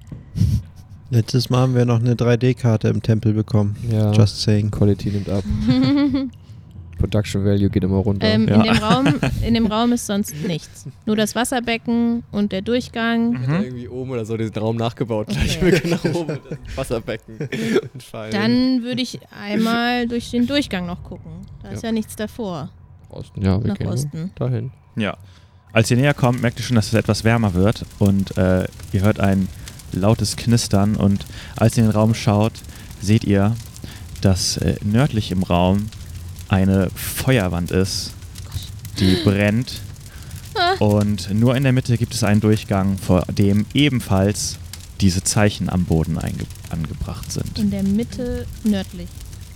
Letztes Mal haben wir noch eine 3D-Karte im Tempel bekommen.
Ja.
Just saying.
Quality nimmt ab. Production Value geht immer runter.
Ähm,
Ja.
in, dem Raum, in dem Raum ist sonst nichts. Nur das Wasserbecken und der Durchgang.
Mhm.
Irgendwie oben oder so diesen Raum nachgebaut.
gleich
mit nach oben. Wasserbecken. und Fallen.
Dann würde ich einmal durch den Durchgang noch gucken. Da ist ja, nichts davor,
Osten. Ja, wir
nach
gehen
Osten.
dahin.
Ja. Als ihr näher kommt, merkt ihr schon, dass es etwas wärmer wird und äh, ihr hört ein lautes Knistern und als ihr in den Raum schaut, seht ihr, dass äh, nördlich im Raum eine Feuerwand ist, die brennt und nur in der Mitte gibt es einen Durchgang, vor dem ebenfalls diese Zeichen am Boden einge angebracht sind.
In der Mitte nördlich,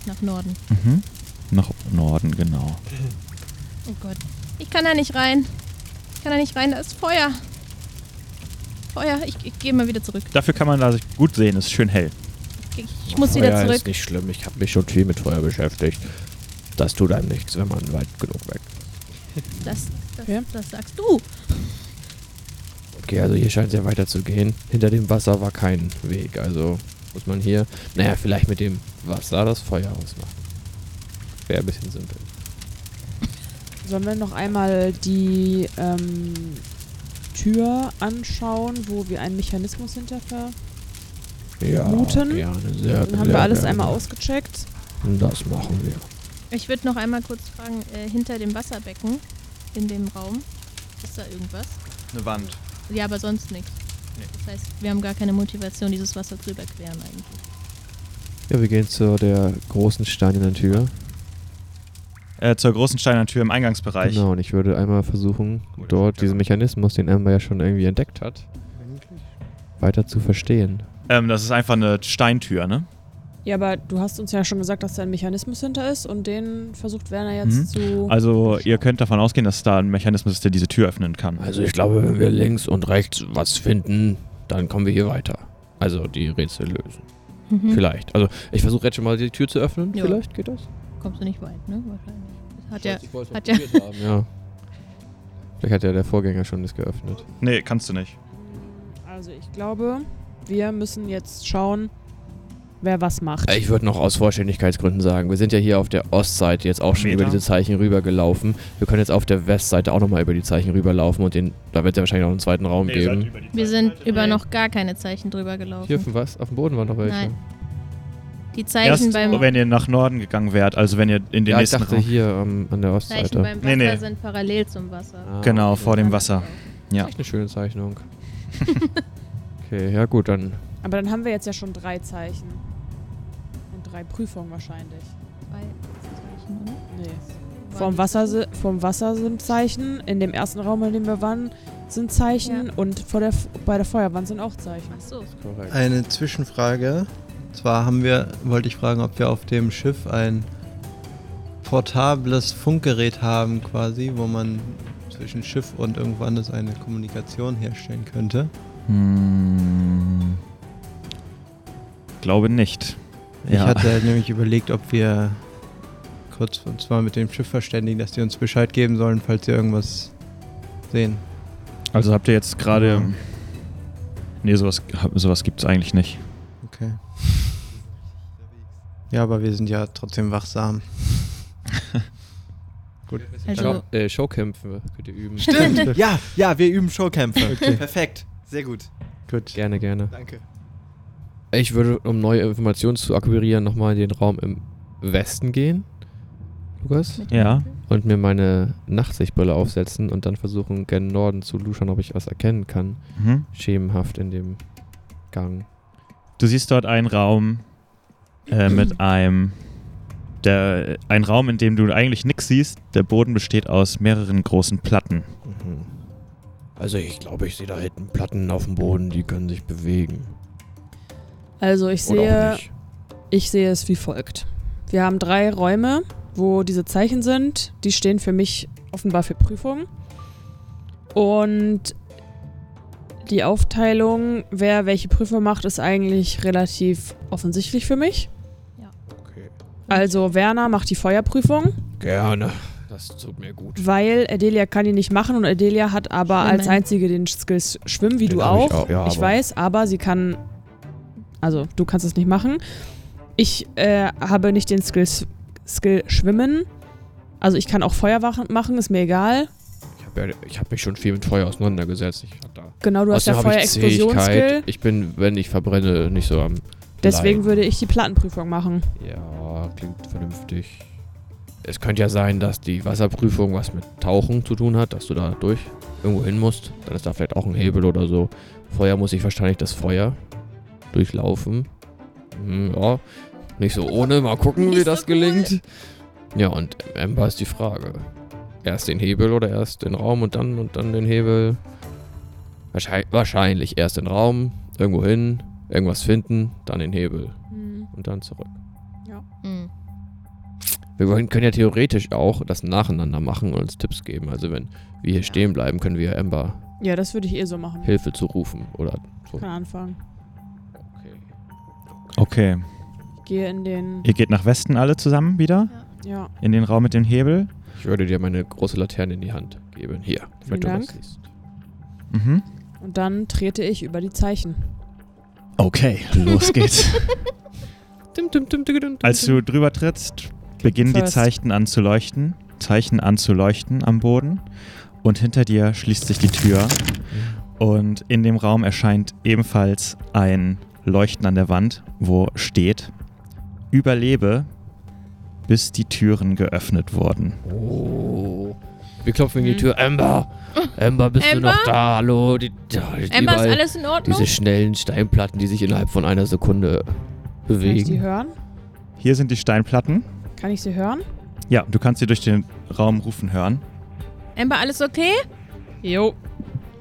nach Norden.
Mhm. Nach Norden, genau.
Oh Gott. Ich kann da nicht rein. Ich kann da nicht rein, da ist Feuer. Feuer, ich, ich gehe mal wieder zurück.
Dafür kann man da gut sehen, ist schön hell.
Ich, ich muss
Oh
wieder
Feuer
zurück.
Oh ist nicht schlimm. Ich habe mich schon viel mit Feuer beschäftigt. Das tut einem nichts, wenn man weit genug weg
Das, das,
Okay.
das sagst du.
Okay, also hier scheint es ja weiterzugehen. Hinter dem Wasser war kein Weg, also muss man hier, naja, vielleicht mit dem Wasser das Feuer ausmachen. Wäre ein bisschen simpel.
Sollen wir noch einmal die ähm, Tür anschauen, wo wir einen Mechanismus hinter ver...
Ja,
Muten?
gerne, sehr
Dann haben wir alles
gerne.
einmal ausgecheckt.
Das machen wir.
Ich würde noch einmal kurz fragen, äh, hinter dem Wasserbecken in dem Raum, ist da irgendwas?
Eine Wand.
Ja, aber sonst nichts. Das heißt, wir haben gar keine Motivation, dieses Wasser zu überqueren eigentlich.
Ja, wir gehen zu der großen steinernen Tür.
Äh, zur großen steinernen Tür im Eingangsbereich.
Genau, und ich würde einmal versuchen, dort diesen Mechanismus, den Amber ja schon irgendwie entdeckt hat, weiter zu verstehen.
Ähm, das ist einfach eine Steintür, ne?
Ja, aber du hast uns ja schon gesagt, dass da ein Mechanismus hinter ist und den versucht Werner jetzt
Mhm.
zu...
Also ihr könnt davon ausgehen, dass da ein Mechanismus ist, der diese Tür öffnen kann.
Also ich glaube, wenn wir links und rechts was finden, dann kommen wir hier weiter. Also die Rätsel lösen.
Mhm.
Vielleicht. Also ich versuche jetzt schon mal die Tür zu öffnen.
Ja.
Vielleicht geht das.
Kommst du nicht weit, ne? Wahrscheinlich. Das hat ja,
Ich wollte
hat
es
ja-
mal probiert haben, ja. Vielleicht hat ja der Vorgänger schon das geöffnet.
Nee, kannst du nicht.
Also ich glaube, wir müssen jetzt schauen, wer was macht.
Äh, Ich würde noch aus Vollständigkeitsgründen sagen, wir sind ja hier auf der Ostseite jetzt auch schon
Meter.
über diese Zeichen rübergelaufen. Wir können jetzt auf der Westseite auch nochmal über die Zeichen rüberlaufen und den, da wird es ja wahrscheinlich noch einen zweiten Raum geben.
wir sind über noch gar keine Zeichen drüber gelaufen.
Hier auf dem was? Auf dem Boden waren noch welche.
Nein. Die Zeichen
Erst,
beim,
wenn ihr nach Norden gegangen wärt, also wenn ihr in den
Ja, ich
nächsten
dachte
Raum...
hier ähm, an der
Zeichen
Ostseite.
beim Wasser
Nee, nee.
sind parallel zum Wasser.
Ah,
Genau,
okay.
vor dem Wasser. Ja.
Echt eine schöne Zeichnung. okay, ja gut, dann
Aber dann haben wir jetzt ja schon drei Zeichen. Und drei Prüfungen wahrscheinlich.
Zwei Zeichen, oder?
Nee.
Waren
Vom
die-
Wasser, si- vom Wasser sind Zeichen, in dem ersten Raum, in dem wir waren, sind Zeichen und vor der, F- bei der Feuerwand sind auch Zeichen.
Ach so. Also,
korrekt.
Eine Zwischenfrage. Und zwar haben wir, wollte ich fragen, ob wir auf dem Schiff ein portables Funkgerät haben, quasi, wo man zwischen Schiff und irgendwo anders eine Kommunikation herstellen könnte.
Hm. Glaube nicht.
Ich
Ja.
hatte halt nämlich überlegt, ob wir kurz uns mal mit dem Schiff verständigen, dass die uns Bescheid geben sollen, falls sie irgendwas sehen.
Also habt ihr jetzt gerade... Nee, sowas, sowas gibt es eigentlich nicht.
Okay. Ja, aber wir sind ja trotzdem wachsam.
Also,
Show, äh, Showkämpfe könnt ihr üben.
Stimmt. ja, ja, wir üben Showkämpfe. Perfekt. Sehr gut.
Gut.
Gerne, gerne.
Danke.
Ich würde, um neue Informationen zu akquirieren, nochmal in den Raum im Westen gehen. Lukas?
mit dem
Ja.
Und mir meine Nachtsichtbrille aufsetzen und dann versuchen, gen Norden zu luschern, ob ich was erkennen kann.
Mhm.
Schemenhaft in dem Gang.
Du siehst dort einen Raum äh, mit einem. Der, ein Raum, in dem du eigentlich nichts siehst. Der Boden besteht aus mehreren großen Platten.
Also ich glaube, ich sehe da hinten Platten auf dem Boden, die können sich bewegen.
Also ich
Oder auch
sehe,
nicht.
ich sehe es wie folgt. Wir haben drei Räume, wo diese Zeichen sind. Die stehen für mich offenbar für Prüfungen. Und die Aufteilung, wer welche Prüfung macht, ist eigentlich relativ offensichtlich für mich.
Okay.
Also Werner macht die Feuerprüfung.
Gerne. Das tut mir gut.
Weil Adelia kann ihn nicht machen und Adelia hat aber
Schwimmen.
als einzige den Skills schwimmen, wie
Den
du
hab
auch.
ich auch, ja,
ich
aber-
weiß, aber sie kann. Also, du kannst es nicht machen. Ich äh, habe nicht den Skills, Skill schwimmen. Also, ich kann auch Feuerwachen machen, ist mir egal.
Ich habe ja, ich hab mich schon viel mit Feuer auseinandergesetzt. Ich hab da
Genau, du hast ja
Außerdem hab ich
Feuerexplosionsskill.
Zähigkeit. Ich bin, wenn ich verbrenne, nicht so am.
Deswegen
Leiden.
würde ich die Plattenprüfung machen.
Ja, klingt vernünftig. Es könnte ja sein, dass die Wasserprüfung was mit Tauchen zu tun hat, dass du da durch irgendwo hin musst. Dann ist da vielleicht auch ein Hebel oder so. Feuer muss ich wahrscheinlich das Feuer durchlaufen. Hm, ja, nicht so ohne. Mal gucken, wie
Nicht
das
so cool.
gelingt. Ja, und Ember ist die Frage. Erst den Hebel oder erst den Raum und dann und dann den Hebel. Wahrscheinlich, wahrscheinlich erst den Raum, irgendwo hin, irgendwas finden, dann den Hebel und dann zurück.
Hm.
Wir wollen, können ja theoretisch auch das nacheinander machen und uns Tipps geben. Also wenn wir hier stehen bleiben, können wir Ember
Ja, das würde ich eh so machen.
Hilfe zu rufen oder so.
Kann anfangen.
Okay.
Ich gehe in den.
Ihr geht nach Westen alle zusammen wieder.
Ja.
In den Raum mit dem Hebel.
Ich würde dir meine große Laterne in die Hand geben. Hier,
Vielen
damit du das
Dank.
siehst.
Mhm.
Und dann trete ich über die Zeichen.
Okay, los geht's.
Dim, dim, dim, dim, dim,
Als
dim.
du drüber trittst, beginnen die
First.
Zeichen anzuleuchten. Zeichen anzuleuchten am Boden. Und hinter dir schließt sich die Tür. Und in dem Raum erscheint ebenfalls ein Leuchten an der Wand, wo steht: Überlebe, bis die Türen geöffnet wurden.
Oh. Wir klopfen in die
Mhm.
Tür. Amber! Amber, bist
Amber?
du noch da? Hallo? Die, die,
Emma, ist
überall
alles in Ordnung?
Diese schnellen Steinplatten, die sich innerhalb von einer Sekunde
Kann ich die
bewegen.
hören?
Hier sind die Steinplatten.
Kann ich sie hören?
Ja, du kannst sie durch den Raum rufen hören.
Emma, alles okay?
Jo.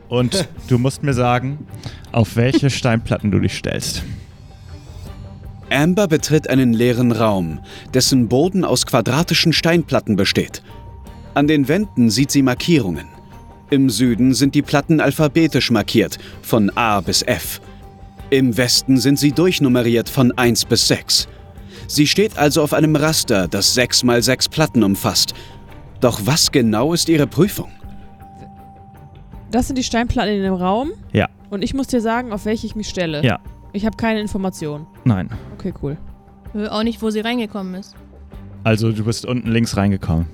Und du musst mir sagen, auf welche Steinplatten du dich stellst.
Amber betritt einen leeren Raum, dessen Boden aus quadratischen Steinplatten besteht. An den Wänden sieht sie Markierungen. Im Süden sind die Platten alphabetisch markiert, von A bis F. Im Westen sind sie durchnummeriert von 1 bis 6. Sie steht also auf einem Raster, das 6 mal 6 Platten umfasst. Doch was genau ist ihre Prüfung?
Das sind die Steinplatten in dem Raum.
Ja.
Und ich muss dir sagen, auf welche ich mich stelle.
Ja.
Ich habe keine Information.
Nein.
Okay, cool.
Äh, Auch nicht, wo sie reingekommen ist.
Also du bist unten links reingekommen.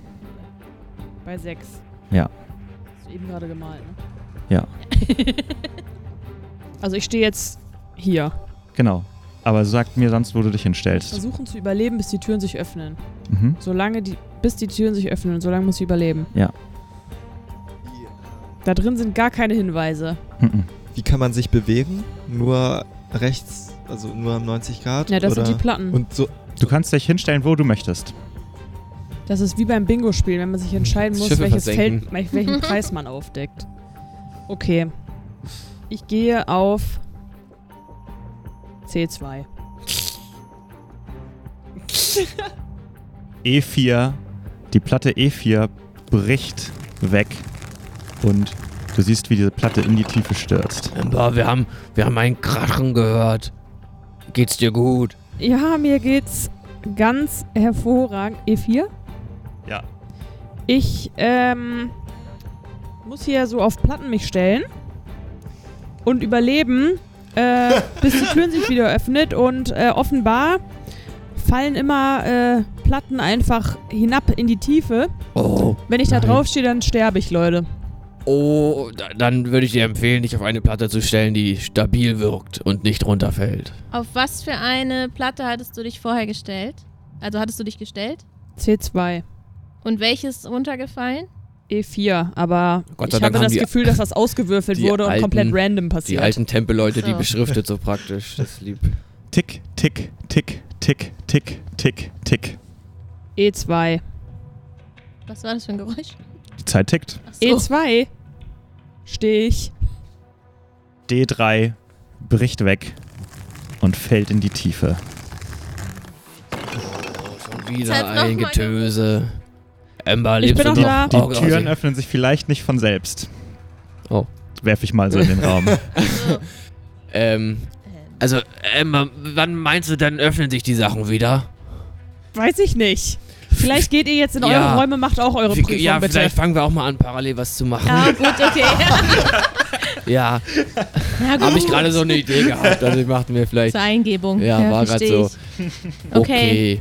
Bei sechs.
Ja.
Hast du eben gerade gemalt, ne?
Ja.
also ich stehe jetzt hier.
Genau. Aber sag mir sonst, wo du dich
Also
hinstellst.
Versuchen zu überleben, bis die Türen sich öffnen.
Mhm.
Solange die, bis die Türen sich öffnen, solange muss ich überleben.
Ja.
Da drin sind gar keine Hinweise.
Mhm.
Wie kann man sich bewegen? Nur rechts, also nur am 90 Grad?
Ja, das
oder?
sind die Platten.
Und so,
Du kannst dich hinstellen, wo du möchtest.
Das ist wie beim Bingo-Spiel, wenn man sich entscheiden
Das
muss,
Schiffe
welches
versenken.
Feld, wel- welchen Kreis man aufdeckt. Okay. Ich gehe auf C2.
E4, E die Platte E4 bricht weg und du siehst, wie diese Platte in die Tiefe stürzt.
Amber, wir haben, wir haben einen Krachen gehört. Geht's dir gut?
Ja, mir geht's ganz hervorragend. E4?
Ja.
Ich ähm, muss hier so auf Platten mich stellen und überleben, äh, bis die Türen sich wieder öffnet und äh, offenbar fallen immer äh, Platten einfach hinab in die Tiefe.
Oh,
Wenn ich da
Nein.
draufstehe, dann sterbe ich, Leute.
oh, da, dann würde ich dir empfehlen, dich auf eine Platte zu stellen, die stabil wirkt und nicht runterfällt.
Auf was für eine Platte hattest du dich vorher gestellt? Also hattest du dich gestellt?
C2,
Und welches runtergefallen?
E4, E aber
Gott
ich
sei Dank
habe
haben
das
die-
Gefühl, dass das ausgewürfelt
die
wurde und
alten-
komplett random
Die
passiert.
alten Tempelleute, die
So.
beschriftet so praktisch. Das ist lieb.
Tick, tick, tick, tick, tick, tick, tick.
E E2.
Was war das für ein Geräusch?
Die Zeit tickt.
Ach so.
E2 stehe ich.
D3 bricht weg und fällt in die Tiefe.
Schon
Jetzt
wieder
halt noch
ein
mal
Getöse. Amber,
Ich
lebst
bin
du
auch da.
noch?
Die
Oh,
Türen
Gott.
öffnen sich vielleicht nicht von selbst.
Oh.
Werf ich mal so in den Raum.
Also,
Ähm,
ähm,
also, Amber, wann meinst du, dann öffnen sich die Sachen wieder?
Weiß ich nicht. Vielleicht geht ihr jetzt in
Ja.
eure Räume, macht auch eure
Wie-
Prüfung,
ja,
bitte.
vielleicht fangen wir auch mal an, parallel was zu machen.
ja, Ah, gut, okay.
Ja,
Na gut.
habe ich gerade so eine Idee gehabt. Also ich machte mir vielleicht.
Zur Eingebung.
Ja, war gerade
versteh
so.
Ich,
Okay.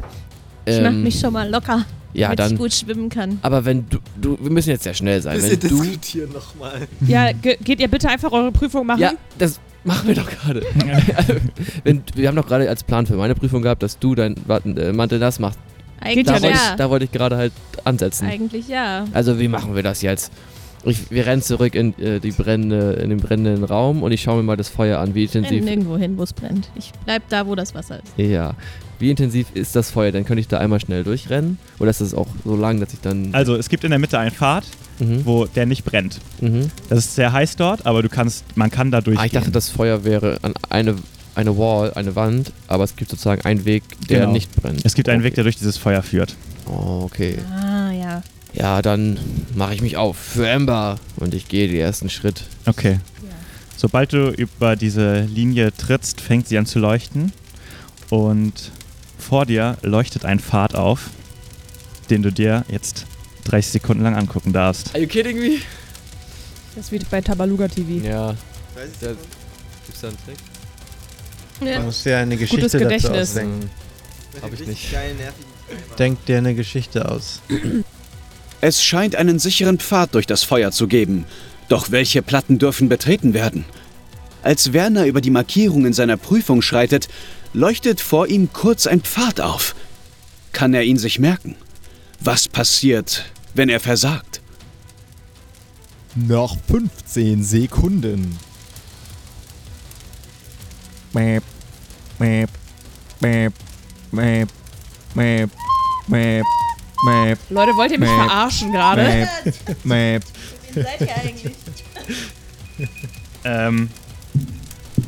ich mach
Ähm,
mich schon mal locker,
ja,
damit ich
dann.
gut schwimmen kann.
Aber wenn du, du, wir müssen jetzt sehr schnell sein. Wenn du,
diskutieren nochmal.
Ja, ge geht ihr bitte einfach eure Prüfung machen?
ja, das machen wir doch gerade. wenn, wir haben doch gerade als Plan für meine Prüfung gehabt, dass du dein Watten- äh, Mantel nass machst.
Eigentlich
ja
Da
nicht.
wollte, ich,
ja.
da wollte ich gerade halt ansetzen.
Eigentlich ja.
Also wie machen wir das jetzt? Ich, wir rennen zurück in, äh, die brennende, in den brennenden Raum und ich schaue mir mal das Feuer an. Wie
Renn
intensiv,
nirgendwo hin, wo es brennt. Ich bleib da, wo das Wasser ist.
ja, wie intensiv ist das Feuer? Dann könnte ich da einmal schnell durchrennen. Oder ist das auch so lang, dass ich dann...
Also es gibt in der Mitte einen Pfad,
Mhm,
wo der nicht brennt.
mhm.
Das ist sehr heiß dort, aber du kannst, man kann da durch.
Ah, ich dachte, das Feuer wäre an eine, eine Wall, eine Wand, aber es gibt sozusagen einen Weg, der
Genau.
nicht brennt.
es gibt einen Weg,
okay.
der durch dieses Feuer führt.
Oh, okay.
Ah, ja.
Ja, dann mache ich mich auf für Amber und ich gehe den ersten Schritt.
Okay. Sobald du über diese Linie trittst, fängt sie an zu leuchten. Und vor dir leuchtet ein Pfad auf, den du dir jetzt 30 Sekunden lang angucken darfst.
Are you kidding me?
Das wird bei Tabaluga TV.
Ja.
Du
Da, gibt's da einen Trick?
Ja.
musst dir eine
Gutes
Geschichte dazu
Gedächtnis.
ausdenken.
Hab ich nicht.
Denk dir eine Geschichte aus.
Es scheint einen sicheren Pfad durch das Feuer zu geben. Doch welche Platten dürfen betreten werden? Als Werner über die Markierungen seiner Prüfung schreitet, leuchtet vor ihm kurz ein Pfad auf. Kann er ihn sich merken? Was passiert, wenn er versagt?
Noch 15 Sekunden. Mäp, mäp, mäp, mäp, mäp, mäp, mäp,
Leute, wollt ihr mich
Mäh.
verarschen gerade?
mäp, mäp.
seid ihr eigentlich?
Ähm,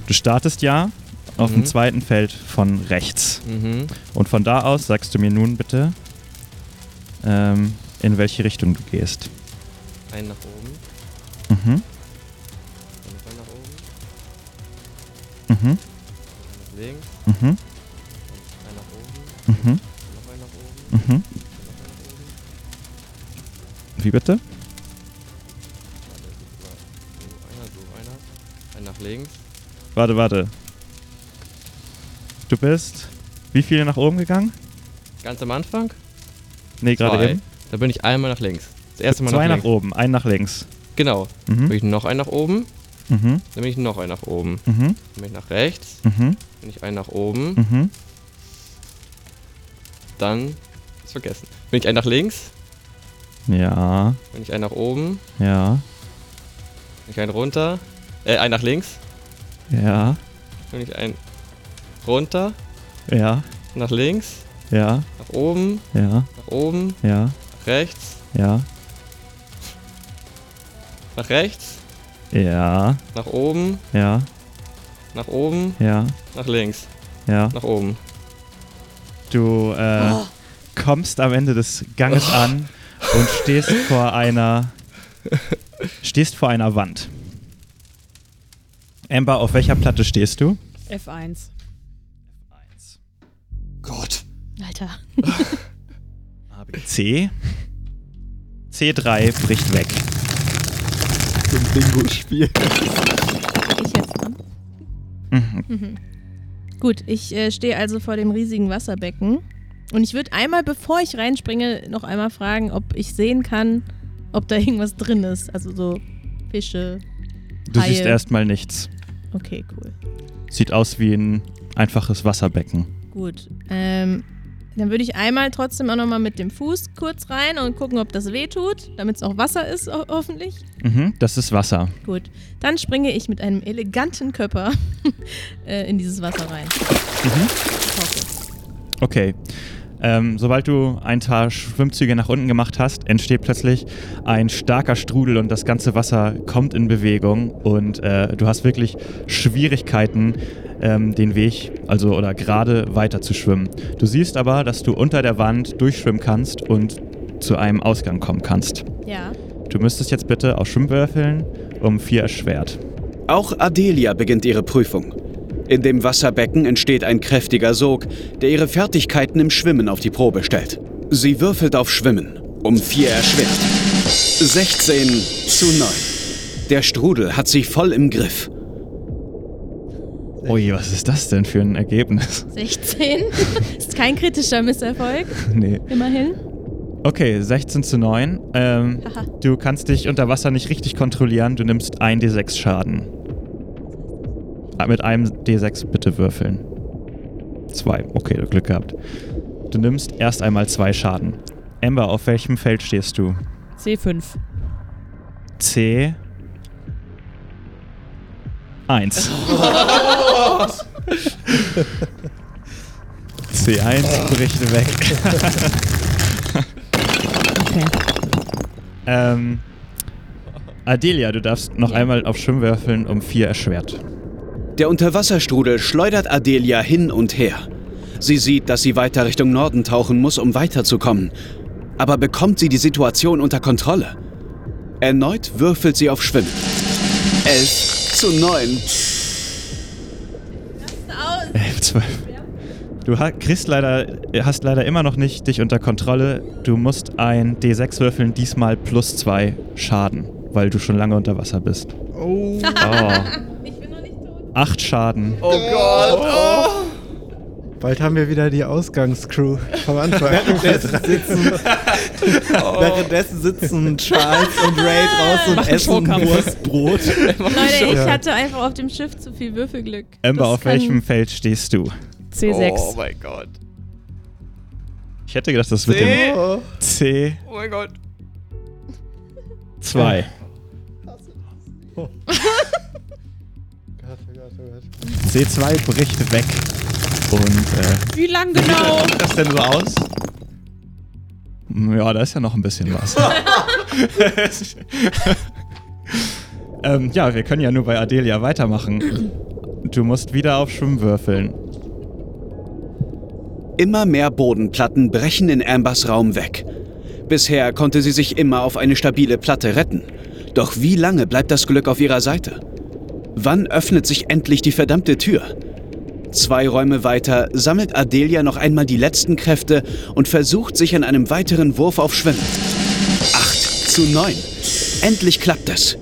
du startest ja auf dem
Mhm.
zweiten Feld von rechts.
Mhm.
Und von da aus sagst du mir nun bitte, ähm, in welche Richtung du gehst.
Einen nach oben,
Mhm,
dann noch einen nach oben,
mhm,
dann nach links,
mhm,
dann einen nach oben,
mhm,
dann noch einen nach oben,
mhm.
dann noch einen nach oben.
Wie bitte?
So einer, so einer. Einen nach links.
Warte, warte. Du bist wie viele nach oben gegangen?
Ganz am Anfang?
Nee, gerade
Zwei.
eben.
Da bin ich einmal nach links. Das erste Mal
Zwei
nach
nach
links.
oben, ein nach links.
Genau. Dann bin
Mhm,
ich noch einen nach oben,
mhm,
dann bin ich noch einen nach oben.
mhm,
Dann bin ich nach rechts,
mhm,
dann bin ich einen nach oben,
mhm.
dann. Ist vergessen. Bin ich einen nach links,
Ja,
bin ich einen nach oben,
ja,
bin ich einen runter. Äh, einen nach links,
ja,
bin ich einen runter,
ja,
nach links,
ja,
nach oben,
ja,
nach oben,
ja,
nach rechts,
ja,
nach rechts,
ja,
nach oben,
ja,
nach oben,
ja,
nach links,
ja.
nach oben. Oh.
Du äh, kommst am Ende des Ganges an und stehst vor einer stehst vor einer Wand. Amber, auf welcher Platte stehst du?
F1.
Gott.
Alter.
C. C3 bricht weg.
So ein Bingo-Spiel.
Ich jetzt dran.
Mhm.
Mhm. Gut, ich äh, stehe also vor dem riesigen Wasserbecken. Und ich würde einmal, bevor ich reinspringe, noch einmal fragen, ob ich sehen kann, ob da irgendwas drin ist. Also so Fische.
Du
Haie.
siehst erstmal nichts.
Okay, cool.
Sieht aus wie ein einfaches Wasserbecken.
Gut. Ähm, dann würde ich einmal trotzdem auch nochmal mit dem Fuß kurz rein und gucken, ob das weh tut, damit es auch Wasser ist, ho hoffentlich.
Mhm, das ist Wasser.
Gut. Dann springe ich mit einem eleganten Körper äh, in dieses Wasser rein. Mhm.
Okay. Ähm, sobald du ein paar Schwimmzüge nach unten gemacht hast, entsteht plötzlich ein starker Strudel und das ganze Wasser kommt in Bewegung und äh, du hast wirklich Schwierigkeiten, ähm, den Weg, also oder gerade weiter zu schwimmen. Du siehst aber, dass du unter der Wand durchschwimmen kannst und zu einem Ausgang kommen kannst.
Ja.
Du müsstest jetzt bitte aus Schwimmwürfeln um vier erschwert.
Auch Adelia beginnt ihre Prüfung. In dem Wasserbecken entsteht ein kräftiger Sog, der ihre Fertigkeiten im Schwimmen auf die Probe stellt. Sie würfelt auf Schwimmen. Um vier erschwert. 16 zu 9. Der Strudel hat sie voll im Griff.
Ui, was ist das denn für ein Ergebnis?
16. ist kein kritischer Misserfolg,
nee.
immerhin.
Okay, 16 zu 9. Ähm,
Haha.
du kannst dich unter Wasser nicht richtig kontrollieren. Du nimmst 1d6 Schaden. Ah, Mit einem d6 bitte würfeln. Zwei. Okay, Glück gehabt. Du nimmst erst einmal zwei Schaden. Amber, auf welchem Feld stehst du?
C5.
C. 1. C1 bricht weg.
Okay.
Ähm, Adelia, du darfst noch einmal auf Schwimmwürfeln um vier erschwert.
Der Unterwasserstrudel schleudert Adelia hin und her. Sie sieht, dass sie weiter Richtung Norden tauchen muss, um weiterzukommen. Aber bekommt sie die Situation unter Kontrolle? Erneut würfelt sie auf Schwimmen. 11 zu 9.
Aus.
11, 12. Du ha- kriegst leider, hast leider immer noch nicht dich unter Kontrolle. Du musst ein D6 würfeln, diesmal plus zwei Schaden, weil du schon lange unter Wasser bist.
Oh.
Oh,
Ich bin noch nicht tot.
acht Schaden.
Oh Gott!
Bald haben wir wieder die Ausgangscrew vom Anfang.
Währenddessen sitzen, währenddessen sitzen Charles und Ray draußen und
Machen
essen
Schrohkampf.
Wurstbrot.
Leute, ich
Ja.
hatte einfach auf dem Schiff zu viel Würfelglück.
Ember,
Das
auf
kann-
welchem Feld stehst du?
C6.
Oh mein Gott.
Ich hätte gedacht, das wird dem
Oh.
C2.
Oh mein Gott.
C2 bricht weg. Und
Wie lang genau?
Sieht das denn so aus?
äh, ja, da ist ja noch ein bisschen was. ähm, ja, wir können ja nur bei Adelia weitermachen. Du musst wieder auf Schwimmen würfeln.
Immer mehr Bodenplatten brechen in Ambers Raum weg. Bisher konnte sie sich immer auf eine stabile Platte retten. Doch wie lange bleibt das Glück auf ihrer Seite? Wann öffnet sich endlich die verdammte Tür? Zwei Räume weiter sammelt Adelia noch einmal die letzten Kräfte und versucht sich an einem weiteren Wurf auf Schwimmen. Acht zu neun. Endlich klappt es.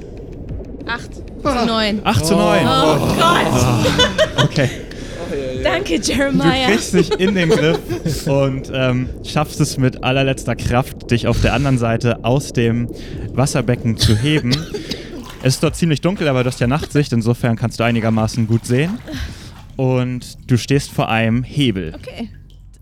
Acht
Ah.
zu neun.
8 zu 9.
Oh Gott!
Okay.
Danke,
Du
Jeremiah.
kriegst dich in den Griff und ähm, schaffst es mit allerletzter Kraft, dich auf der anderen Seite aus dem Wasserbecken zu heben. Es ist dort ziemlich dunkel, aber du hast ja Nachtsicht, insofern kannst du einigermaßen gut sehen. Und du stehst vor einem Hebel.
Okay,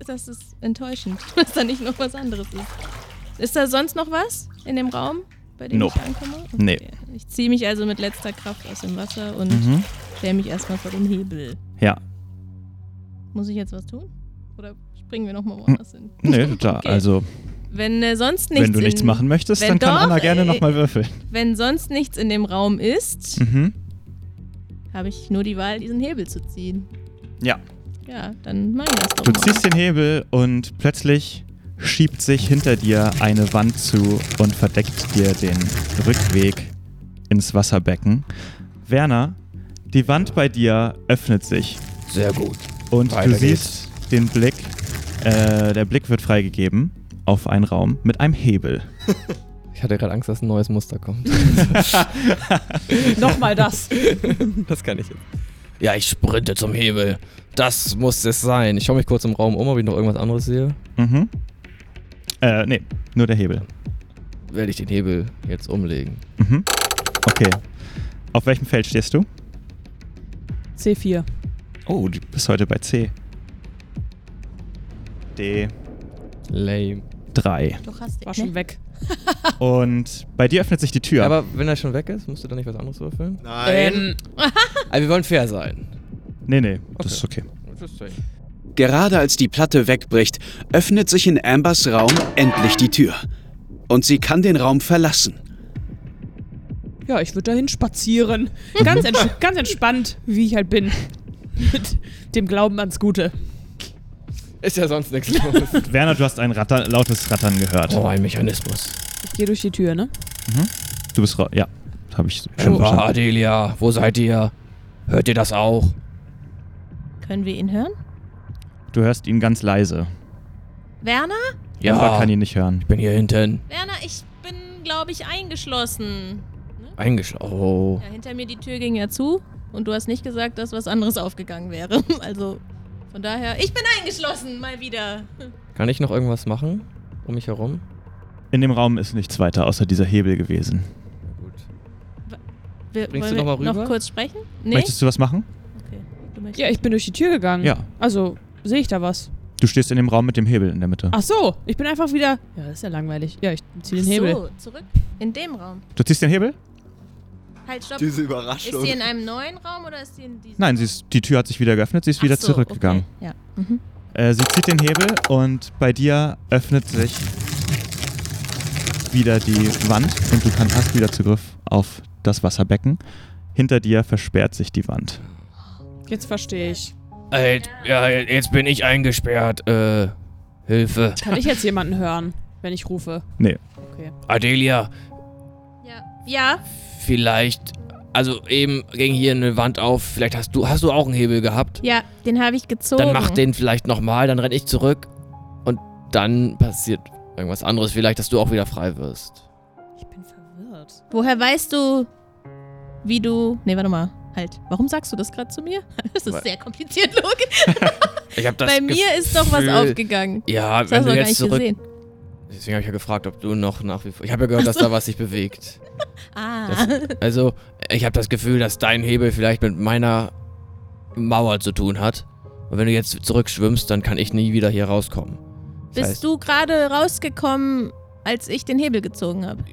das ist enttäuschend, dass da nicht noch was anderes ist. Ist da sonst noch was in dem Raum, bei dem
Nope.
ich ankomme? Okay.
Nee.
Ich ziehe mich also mit letzter Kraft aus dem Wasser und
Mhm.
stelle mich erstmal vor den Hebel.
Ja.
Muss ich jetzt was tun? Oder springen wir nochmal woanders
Hm.
hin?
Nö, da,
Okay.
also,
Wenn äh, sonst nichts
wenn du nichts
in,
machen möchtest,
wenn
dann kann
doch,
Anna gerne
äh,
nochmal würfeln.
Wenn sonst nichts in dem Raum ist,
Mhm.
habe ich nur die Wahl, diesen Hebel zu ziehen.
Ja.
Ja, dann mach ich das doch
Du
mal.
ziehst den Hebel und plötzlich schiebt sich hinter dir eine Wand zu und verdeckt dir den Rückweg ins Wasserbecken. Werner, die Wand bei dir öffnet sich
Sehr gut.
und
Weiter
du siehst den Blick, äh, der Blick wird freigegeben auf einen Raum mit einem Hebel.
Ich hatte gerade Angst, dass ein neues Muster kommt.
Nochmal das.
Das kann ich jetzt. Ja, ich sprinte zum Hebel. Das muss es sein. Ich schaue mich kurz im Raum um, ob ich noch irgendwas anderes sehe.
Mhm. Äh, nee, nur der Hebel.
Werde ich den Hebel jetzt umlegen.
Mhm. Okay. Auf welchem Feld stehst du?
C4.
Oh, du bist heute bei C. D.
Lame.
3.
Doch hast du,
War
ne?
schon weg.
Und bei dir öffnet sich die Tür.
Aber wenn er schon weg ist, musst du dann nicht was anderes würfeln?
Nein.
Ähm,
Aber wir wollen fair sein.
nee, nee, das ist okay.
Gerade als die Platte wegbricht, öffnet sich in Ambers Raum endlich die Tür. Und sie kann den Raum verlassen.
Ja, ich würde dahin spazieren. Ganz, entsch ganz entspannt, wie ich halt bin. Mit dem Glauben ans Gute.
Ist ja sonst nichts los.
Werner, du hast ein Ratter, lautes Rattern gehört.
oh, ein Mechanismus.
Ich gehe durch die Tür, ne?
Du bist ra Ja, das habe ich schon
Ember,
verstanden.
Oh, Adelia, wo seid ihr? Hört ihr das auch?
ne? Können wir ihn hören?
Du hörst ihn ganz leise.
Werner?
Ember
Ja,
kann
ich
ihn nicht hören.
bin hier hinten.
Werner, ich bin, glaube ich, eingeschlossen.
Eingeschlafen. Oh.
Ja, hinter mir die Tür ging ja zu und du hast nicht gesagt, dass was anderes aufgegangen wäre. Also von daher, ich bin eingeschlossen, mal wieder.
Kann ich noch irgendwas machen? Um mich herum?
In dem Raum ist nichts weiter außer dieser Hebel gewesen.
Na gut.
Wir,
Bringst
wollen
du
wir
noch mal rüber?
Noch kurz sprechen? Nee?
Möchtest du was machen?
du möchtest-
Ja, ich bin durch die Tür gegangen.
Ja.
Also, sehe ich da was?
Du stehst in dem Raum mit dem Hebel in der Mitte.
Ach so, ich bin einfach wieder. Ja, das ist ja langweilig. Ja, ich ziehe den
Ach
Hebel.
So, zurück in dem Raum.
Du ziehst den Hebel?
Halt, stopp.
Diese
Ist
Überraschung.
sie in einem neuen Raum oder ist sie in diesem?
Nein, sie ist, die Tür hat sich wieder geöffnet, sie ist wieder
Ach so,
zurückgegangen.
Okay. Ja. Mhm.
Äh, sie zieht den Hebel und bei dir öffnet sich wieder die Wand und du kannst hast wieder Zugriff auf das Wasserbecken. Hinter dir versperrt sich die Wand.
Jetzt verstehe ich.
Ey, Äh, ja, jetzt bin ich eingesperrt. Äh, Hilfe.
Kann ich jetzt jemanden hören, wenn ich rufe?
Nee.
Okay.
Adelia,
Ja. Ja,
vielleicht Also eben ging hier eine Wand auf. Vielleicht hast du, hast du auch einen Hebel gehabt.
Ja, den habe ich gezogen.
Dann mach den vielleicht nochmal, dann renne ich zurück. Und dann passiert irgendwas anderes vielleicht, dass du auch wieder frei wirst.
Ich bin verwirrt.
Woher weißt du, wie du. Nee, warte mal. Halt. Warum sagst du das gerade zu mir? Das ist
Weil-
sehr kompliziert, Logan.
Ich hab das
Bei mir ist doch was
Gefühl-
aufgegangen.
Ja,
Das
wenn
hast du noch gar
du jetzt
nicht
zurück.
gesehen.
Deswegen habe ich ja gefragt, ob du noch nach wie vor. Ich habe ja gehört, dass da was sich bewegt.
Ah.
Das, also, ich habe das Gefühl, dass dein Hebel vielleicht mit meiner Mauer zu tun hat. Und wenn du jetzt zurückschwimmst, dann kann ich nie wieder hier rauskommen. Das
Bist
heißt,
du gerade rausgekommen, als ich den Hebel gezogen habe?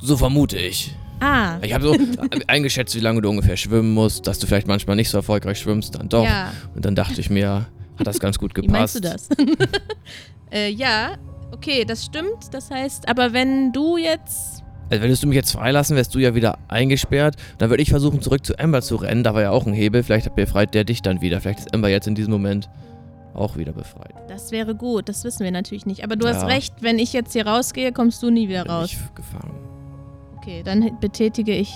So vermute ich.
Ah.
Ich habe so eingeschätzt, wie lange du ungefähr schwimmen musst, dass du vielleicht manchmal nicht so erfolgreich schwimmst, dann doch.
Ja.
Und dann dachte ich mir, hat das ganz gut
Wie meinst
gepasst.
du das? äh, ja, okay, das stimmt. Das heißt, aber wenn du jetzt.
Also würdest du mich jetzt freilassen, wärst du ja wieder eingesperrt. Dann würde ich versuchen, zurück zu Ember zu rennen. Da war ja auch ein Hebel. Vielleicht befreit der dich dann wieder. Vielleicht ist Ember jetzt in diesem Moment auch wieder befreit.
Das wäre gut, das wissen wir natürlich nicht. Aber du hast
Ja.
recht, wenn ich jetzt hier rausgehe, kommst du nie wieder
Bin
raus.
ich gefangen.
Okay, dann betätige ich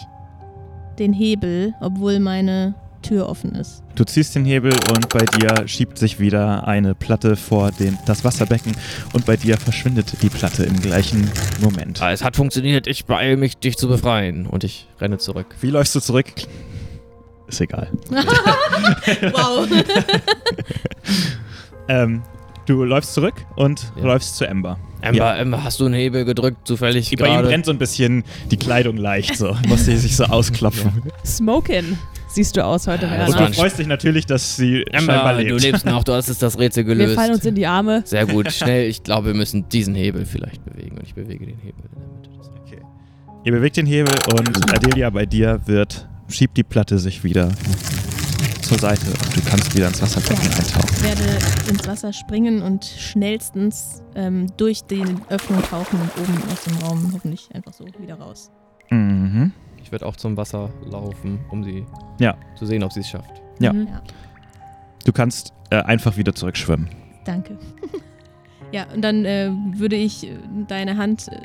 den Hebel, obwohl meine Tür offen ist.
Du ziehst den Hebel und bei dir schiebt sich wieder eine Platte vor den, das Wasserbecken und bei dir verschwindet die Platte im gleichen Moment.
Ah, es hat funktioniert. Ich beeile mich, dich zu befreien. Und ich renne zurück.
Wie läufst du zurück? Ist egal.
Wow.
Ähm, du läufst zurück und
Ja.
läufst zu Ember.
Ember, Ember, hast du einen Hebel gedrückt? Zufällig
Bei ihm
gerade?
brennt so ein bisschen die Kleidung leicht, so muss sie sich so ausklopfen.
Smokin siehst du aus heute,
Ja,
Werner.
das
Und
war
Also du
ein
freust dich natürlich, dass sie scheinbar
Ember,
lebt.
du lebst noch. Du hast es das Rätsel
Wir
gelöst.
fallen uns in die Arme.
Sehr gut, schnell. Ich glaube, wir müssen diesen Hebel vielleicht bewegen. Und ich bewege den Hebel in der Mitte. Das-
Ihr bewegt den Hebel und Adelia bei dir wird, schiebt die Platte sich wieder zur Seite und du kannst wieder ins Wasserbecken eintauchen.
Ich werde ins Wasser springen und schnellstens ähm, durch die Öffnung tauchen und oben aus dem Raum hoffentlich einfach so wieder raus.
Mhm.
Ich werde auch zum Wasser laufen, um sie
Ja.
zu sehen, ob sie es schafft.
Ja.
Mhm.
Du kannst äh, einfach wieder zurückschwimmen.
Danke. ja, und dann äh, würde ich äh, deine Hand äh,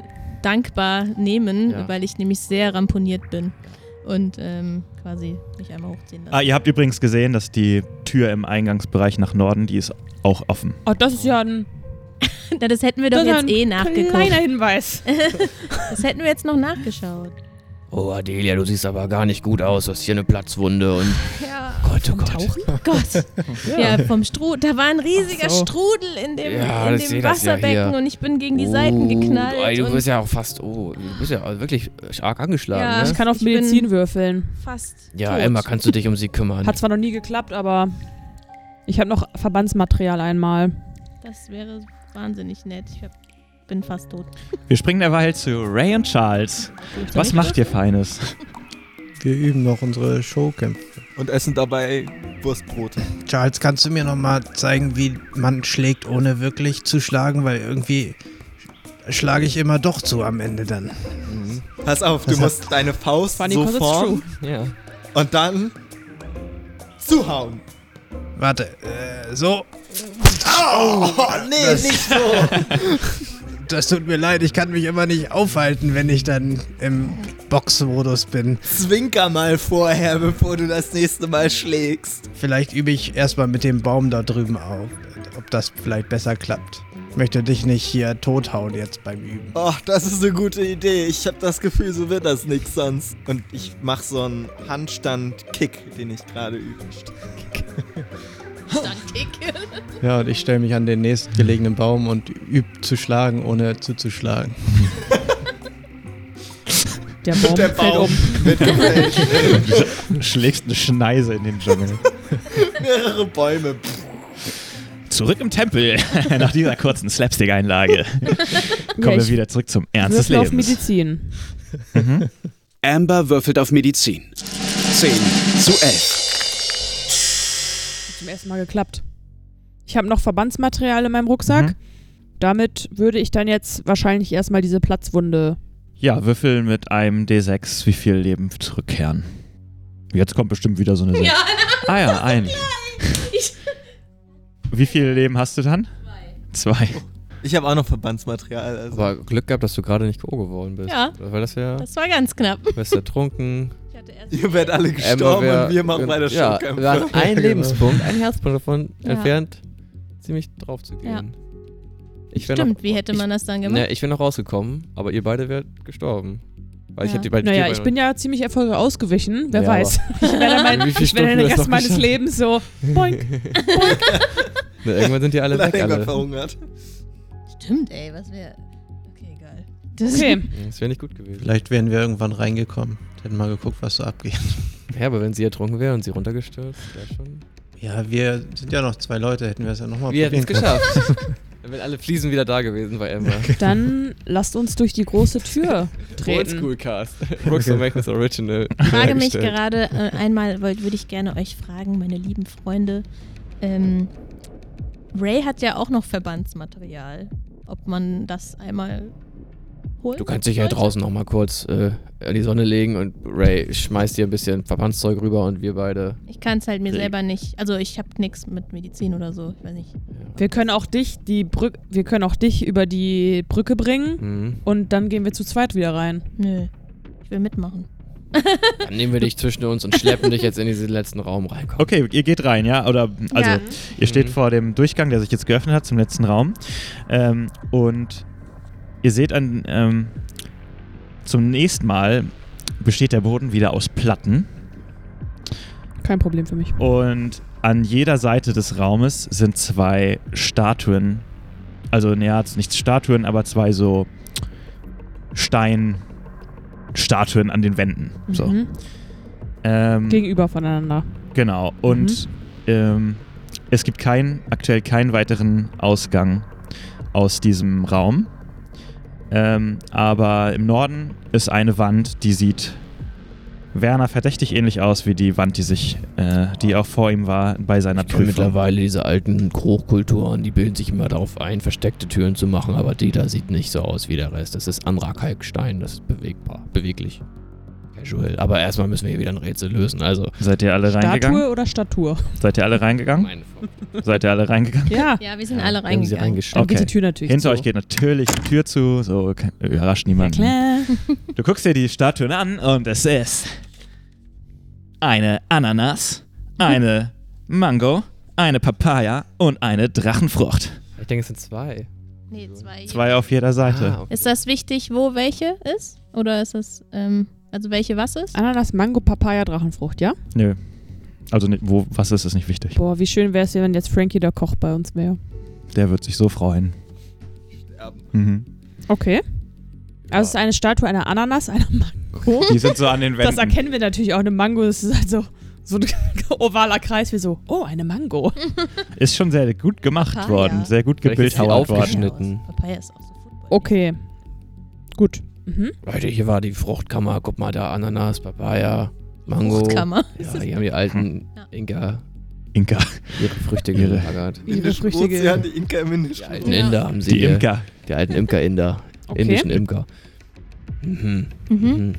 dankbar nehmen,
Ja.
weil ich nämlich sehr ramponiert bin. Und ähm, quasi mich einmal hochziehen lassen.
Ah, ihr habt übrigens gesehen, dass die Tür im Eingangsbereich nach Norden, die ist auch offen.
Oh, das ist ja ein
Na, das hätten wir doch
Das ist
jetzt
ein
eh nachgeguckt.
kleiner Hinweis.
Das hätten wir jetzt noch nachgeschaut.
Oh, Adelia, du siehst aber gar nicht gut aus. Du hast hier eine Platzwunde und.
Ja.
Gott, oh Gott.
Tauchen?
Gott. Ja, vom Strudel. Da war ein riesiger
Ach so.
Strudel in dem,
Ja,
in
ich seh
dem
das ja
Wasserbecken
hier.
und ich bin gegen die Seiten
Oh,
geknallt.
ey, du
und
bist ja auch fast. Oh, du bist ja also wirklich stark angeschlagen,
Ja,
ne?
Ich kann auf
Ich bin-
Medizin würfeln.
fast.
Ja,
tot.
Emma, kannst du dich um sie kümmern?
Hat zwar noch nie geklappt, aber ich habe noch Verbandsmaterial einmal.
Das wäre wahnsinnig nett. Ich hab, bin fast tot.
Wir springen derweil zu Ray und Charles. Was macht ihr Feines?
Wir üben noch unsere Showkämpfe.
Und essen dabei Wurstbrote.
Charles, kannst du mir nochmal zeigen, wie man schlägt, ohne wirklich zu schlagen? Weil irgendwie sch- schlage ich immer doch zu am Ende dann.
Pass auf, du
Das hat-
musst deine Faust
Funny
so
cause it's
formen
true.
Ja.
und dann zuhauen.
Warte, äh, so.
Oh, nee, nicht so.
Das tut mir leid, ich kann mich immer nicht aufhalten, wenn ich dann im Boxmodus bin.
Zwinker mal vorher, bevor du das nächste Mal schlägst.
Vielleicht übe ich erstmal mit dem Baum da drüben auf, ob das vielleicht besser klappt. Ich möchte dich nicht hier tothauen jetzt beim Üben.
Och, Oh, das ist eine gute Idee. Ich habe das Gefühl, so wird das nix sonst. Und ich mach so einen Handstand-Kick, den ich gerade übe.
Ja, und ich stelle mich an den nächstgelegenen Baum und übe zu schlagen, ohne zuzuschlagen.
Der Baum,
Der
fällt
Baum
um.
mit gefällt.
Schlägst eine Schneise in den Dschungel.
mehrere Bäume.
Zurück im Tempel nach dieser kurzen Slapstick-Einlage. Kommen wir
ich
wieder zurück zum Ernst des
Würfel auf
Lebens. Mhm.
Medizin.
Amber würfelt auf Medizin. 10 zu 11.
Hat zum ersten Mal geklappt. Ich habe noch Verbandsmaterial in meinem Rucksack. Damit würde ich dann jetzt wahrscheinlich erstmal diese Platzwunde.
Ja, würfel mit einem D6, wie viel Leben zurückkehren. Jetzt kommt bestimmt wieder so eine Sechs. Ah ja, ein. Wie viel Leben hast du dann? Zwei.
Ich habe auch noch Verbandsmaterial. Also.
Aber Glück gehabt, dass du gerade nicht K.O. geworden bist.
Ja.
Weil das wäre.
Das war ganz knapp.
Du wärst ertrunken.
Ich hatte erst
Ihr werdet alle
Emma
gestorben
wär-
und wir machen weiter genau.
Ja, wir waren
Showkampf.
ein Lebenspunkt, ein Herzpunkt davon
Ja.
entfernt, ziemlich drauf zu gehen.
Ja.
Ich wär
Stimmt,
noch,
wie hätte man das dann
ich,
gemacht?
ne, ich wäre noch rausgekommen, aber ihr beide wärt gestorben. Weil ich
Ja.
hätte die beiden
Naja, ich bin ja ziemlich erfolgreich ausgewichen. Wer
Ja,
weiß. Ich werde mein,
Wie viele
ich werde den
Stunden hast du
Rest
noch
meines
geschafft?
Lebens so. Boink.
ne, irgendwann sind die alle weg.
Leider
Alle.
verhungert.
Stimmt, ey, was wäre. Okay, egal.
Okay.
Das wäre nicht gut gewesen.
Vielleicht wären wir irgendwann reingekommen. Hätten mal geguckt, was so abgeht.
Ja, aber wenn sie ertrunken wäre und sie runtergestürzt, wäre schon.
Ja, wir sind ja noch zwei Leute, hätten wir es ja nochmal
Wir hätten
probieren können.
es geschafft. Dann wären alle Fliesen wieder da gewesen bei Emma.
Dann lasst uns durch die große Tür
Oh,
treten.
Oldschool-Cast. Brooks and Magnus Original.
Ich frage mich
hergestellt.
gerade äh, einmal, wollt- würde ich gerne euch fragen, meine lieben Freunde. Ähm, Ray hat ja auch noch Verbandsmaterial. Ob man das einmal holt?
Du kannst dich halt ja
sollte?
draußen nochmal kurz äh, in die Sonne legen und Ray schmeißt dir ein bisschen Verbandszeug rüber und wir beide.
Ich kann es halt mir
Kriegen.
selber nicht. Also ich habe nichts mit Medizin oder so. Ich weiß nicht.
Wir können auch dich die Brück, wir können auch dich über die Brücke bringen
Mhm.
und dann gehen wir zu zweit wieder rein.
Nö. Ich will mitmachen.
Dann nehmen wir dich zwischen uns und schleppen dich jetzt in diesen letzten Raum rein. Komm.
Okay, ihr geht rein, ja? Oder also
Ja.
ihr steht
Mhm.
vor dem Durchgang, der sich jetzt geöffnet hat zum letzten Raum. Ähm, und ihr seht an ähm, zum nächsten Mal besteht der Boden wieder aus Platten
Kein Problem für mich.
und an jeder Seite des Raumes sind zwei Statuen. Also naja, nicht Statuen, aber zwei so Steinstatuen an den Wänden. So.
Mhm.
Ähm,
Gegenüber voneinander.
Genau,
Mhm.
und ähm, es gibt kein, aktuell keinen weiteren Ausgang aus diesem Raum. Ähm, aber im Norden ist eine Wand, die sieht Werner verdächtig ähnlich aus wie die Wand, die sich, äh, die auch vor ihm war bei seiner
Ich kenn
Prüfung.
mittlerweile diese alten Hochkulturen, die bilden sich immer darauf ein, versteckte Türen zu machen, aber die da sieht nicht so aus wie der Rest. Das ist anderer Kalkstein, das ist bewegbar, beweglich. Casual. Aber erstmal müssen wir hier wieder ein Rätsel lösen. Also,
Seid ihr alle reingegangen?
Statue oder Statur?
Seid ihr alle reingegangen?
meine
Seid ihr alle reingegangen?
Ja.
Ja, wir sind
Ja,
alle
wir haben sie
reingegangen.
reingeschickt.
Dann geht
Okay.
die Tür natürlich
Hinter
zu.
euch geht natürlich die Tür zu, so ke- überrascht niemanden.
Klar.
Du guckst dir die Statuen an und es ist eine Ananas, eine Mango, eine Papaya und eine Drachenfrucht.
Ich denke, es sind zwei.
Nee, zwei.
Zwei auf jeder
Ah.
Seite.
Ist das wichtig, wo welche ist? Oder ist das, ähm, also welche was ist?
Ananas, Mango, Papaya, Drachenfrucht, ja?
Nö. Also ne- wo, was ist, ist nicht wichtig.
Boah, wie schön wäre es, wenn jetzt Frankie der Koch bei uns wäre.
Der wird sich so freuen. Mhm.
Okay. Also es ist eine Statue einer Ananas, einer Mango.
Die sind so an den
Das
Wänden.
erkennen wir natürlich auch. Eine Mango das ist halt so, so ein ovaler Kreis wie so, oh, eine Mango.
Ist schon sehr gut gemacht
Papaya.
worden, sehr gut
Vielleicht ist sie
gebildhauert worden.
aufgeschnitten. Oh,
Papaya ist auch so Football.
Okay. Gut. Mhm.
Leute, hier war die Fruchtkammer. Guck mal da, Ananas, Papaya, Mango.
Fruchtkammer.
Ja, hier haben die alten
Ja.
Inka
Inka,
ihre Früchte
Hm. Ihre-
gelagert.
Ihre
Indischen
Früchte ge-
Ozean, die Inka im
Die
Indischen.
alten
Ja.
Inder haben sie.
die
hier-
Imker.
Die alten Imker-Inder.
Okay.
Indischen Imker. Mhm.
Mhm.
Mhm.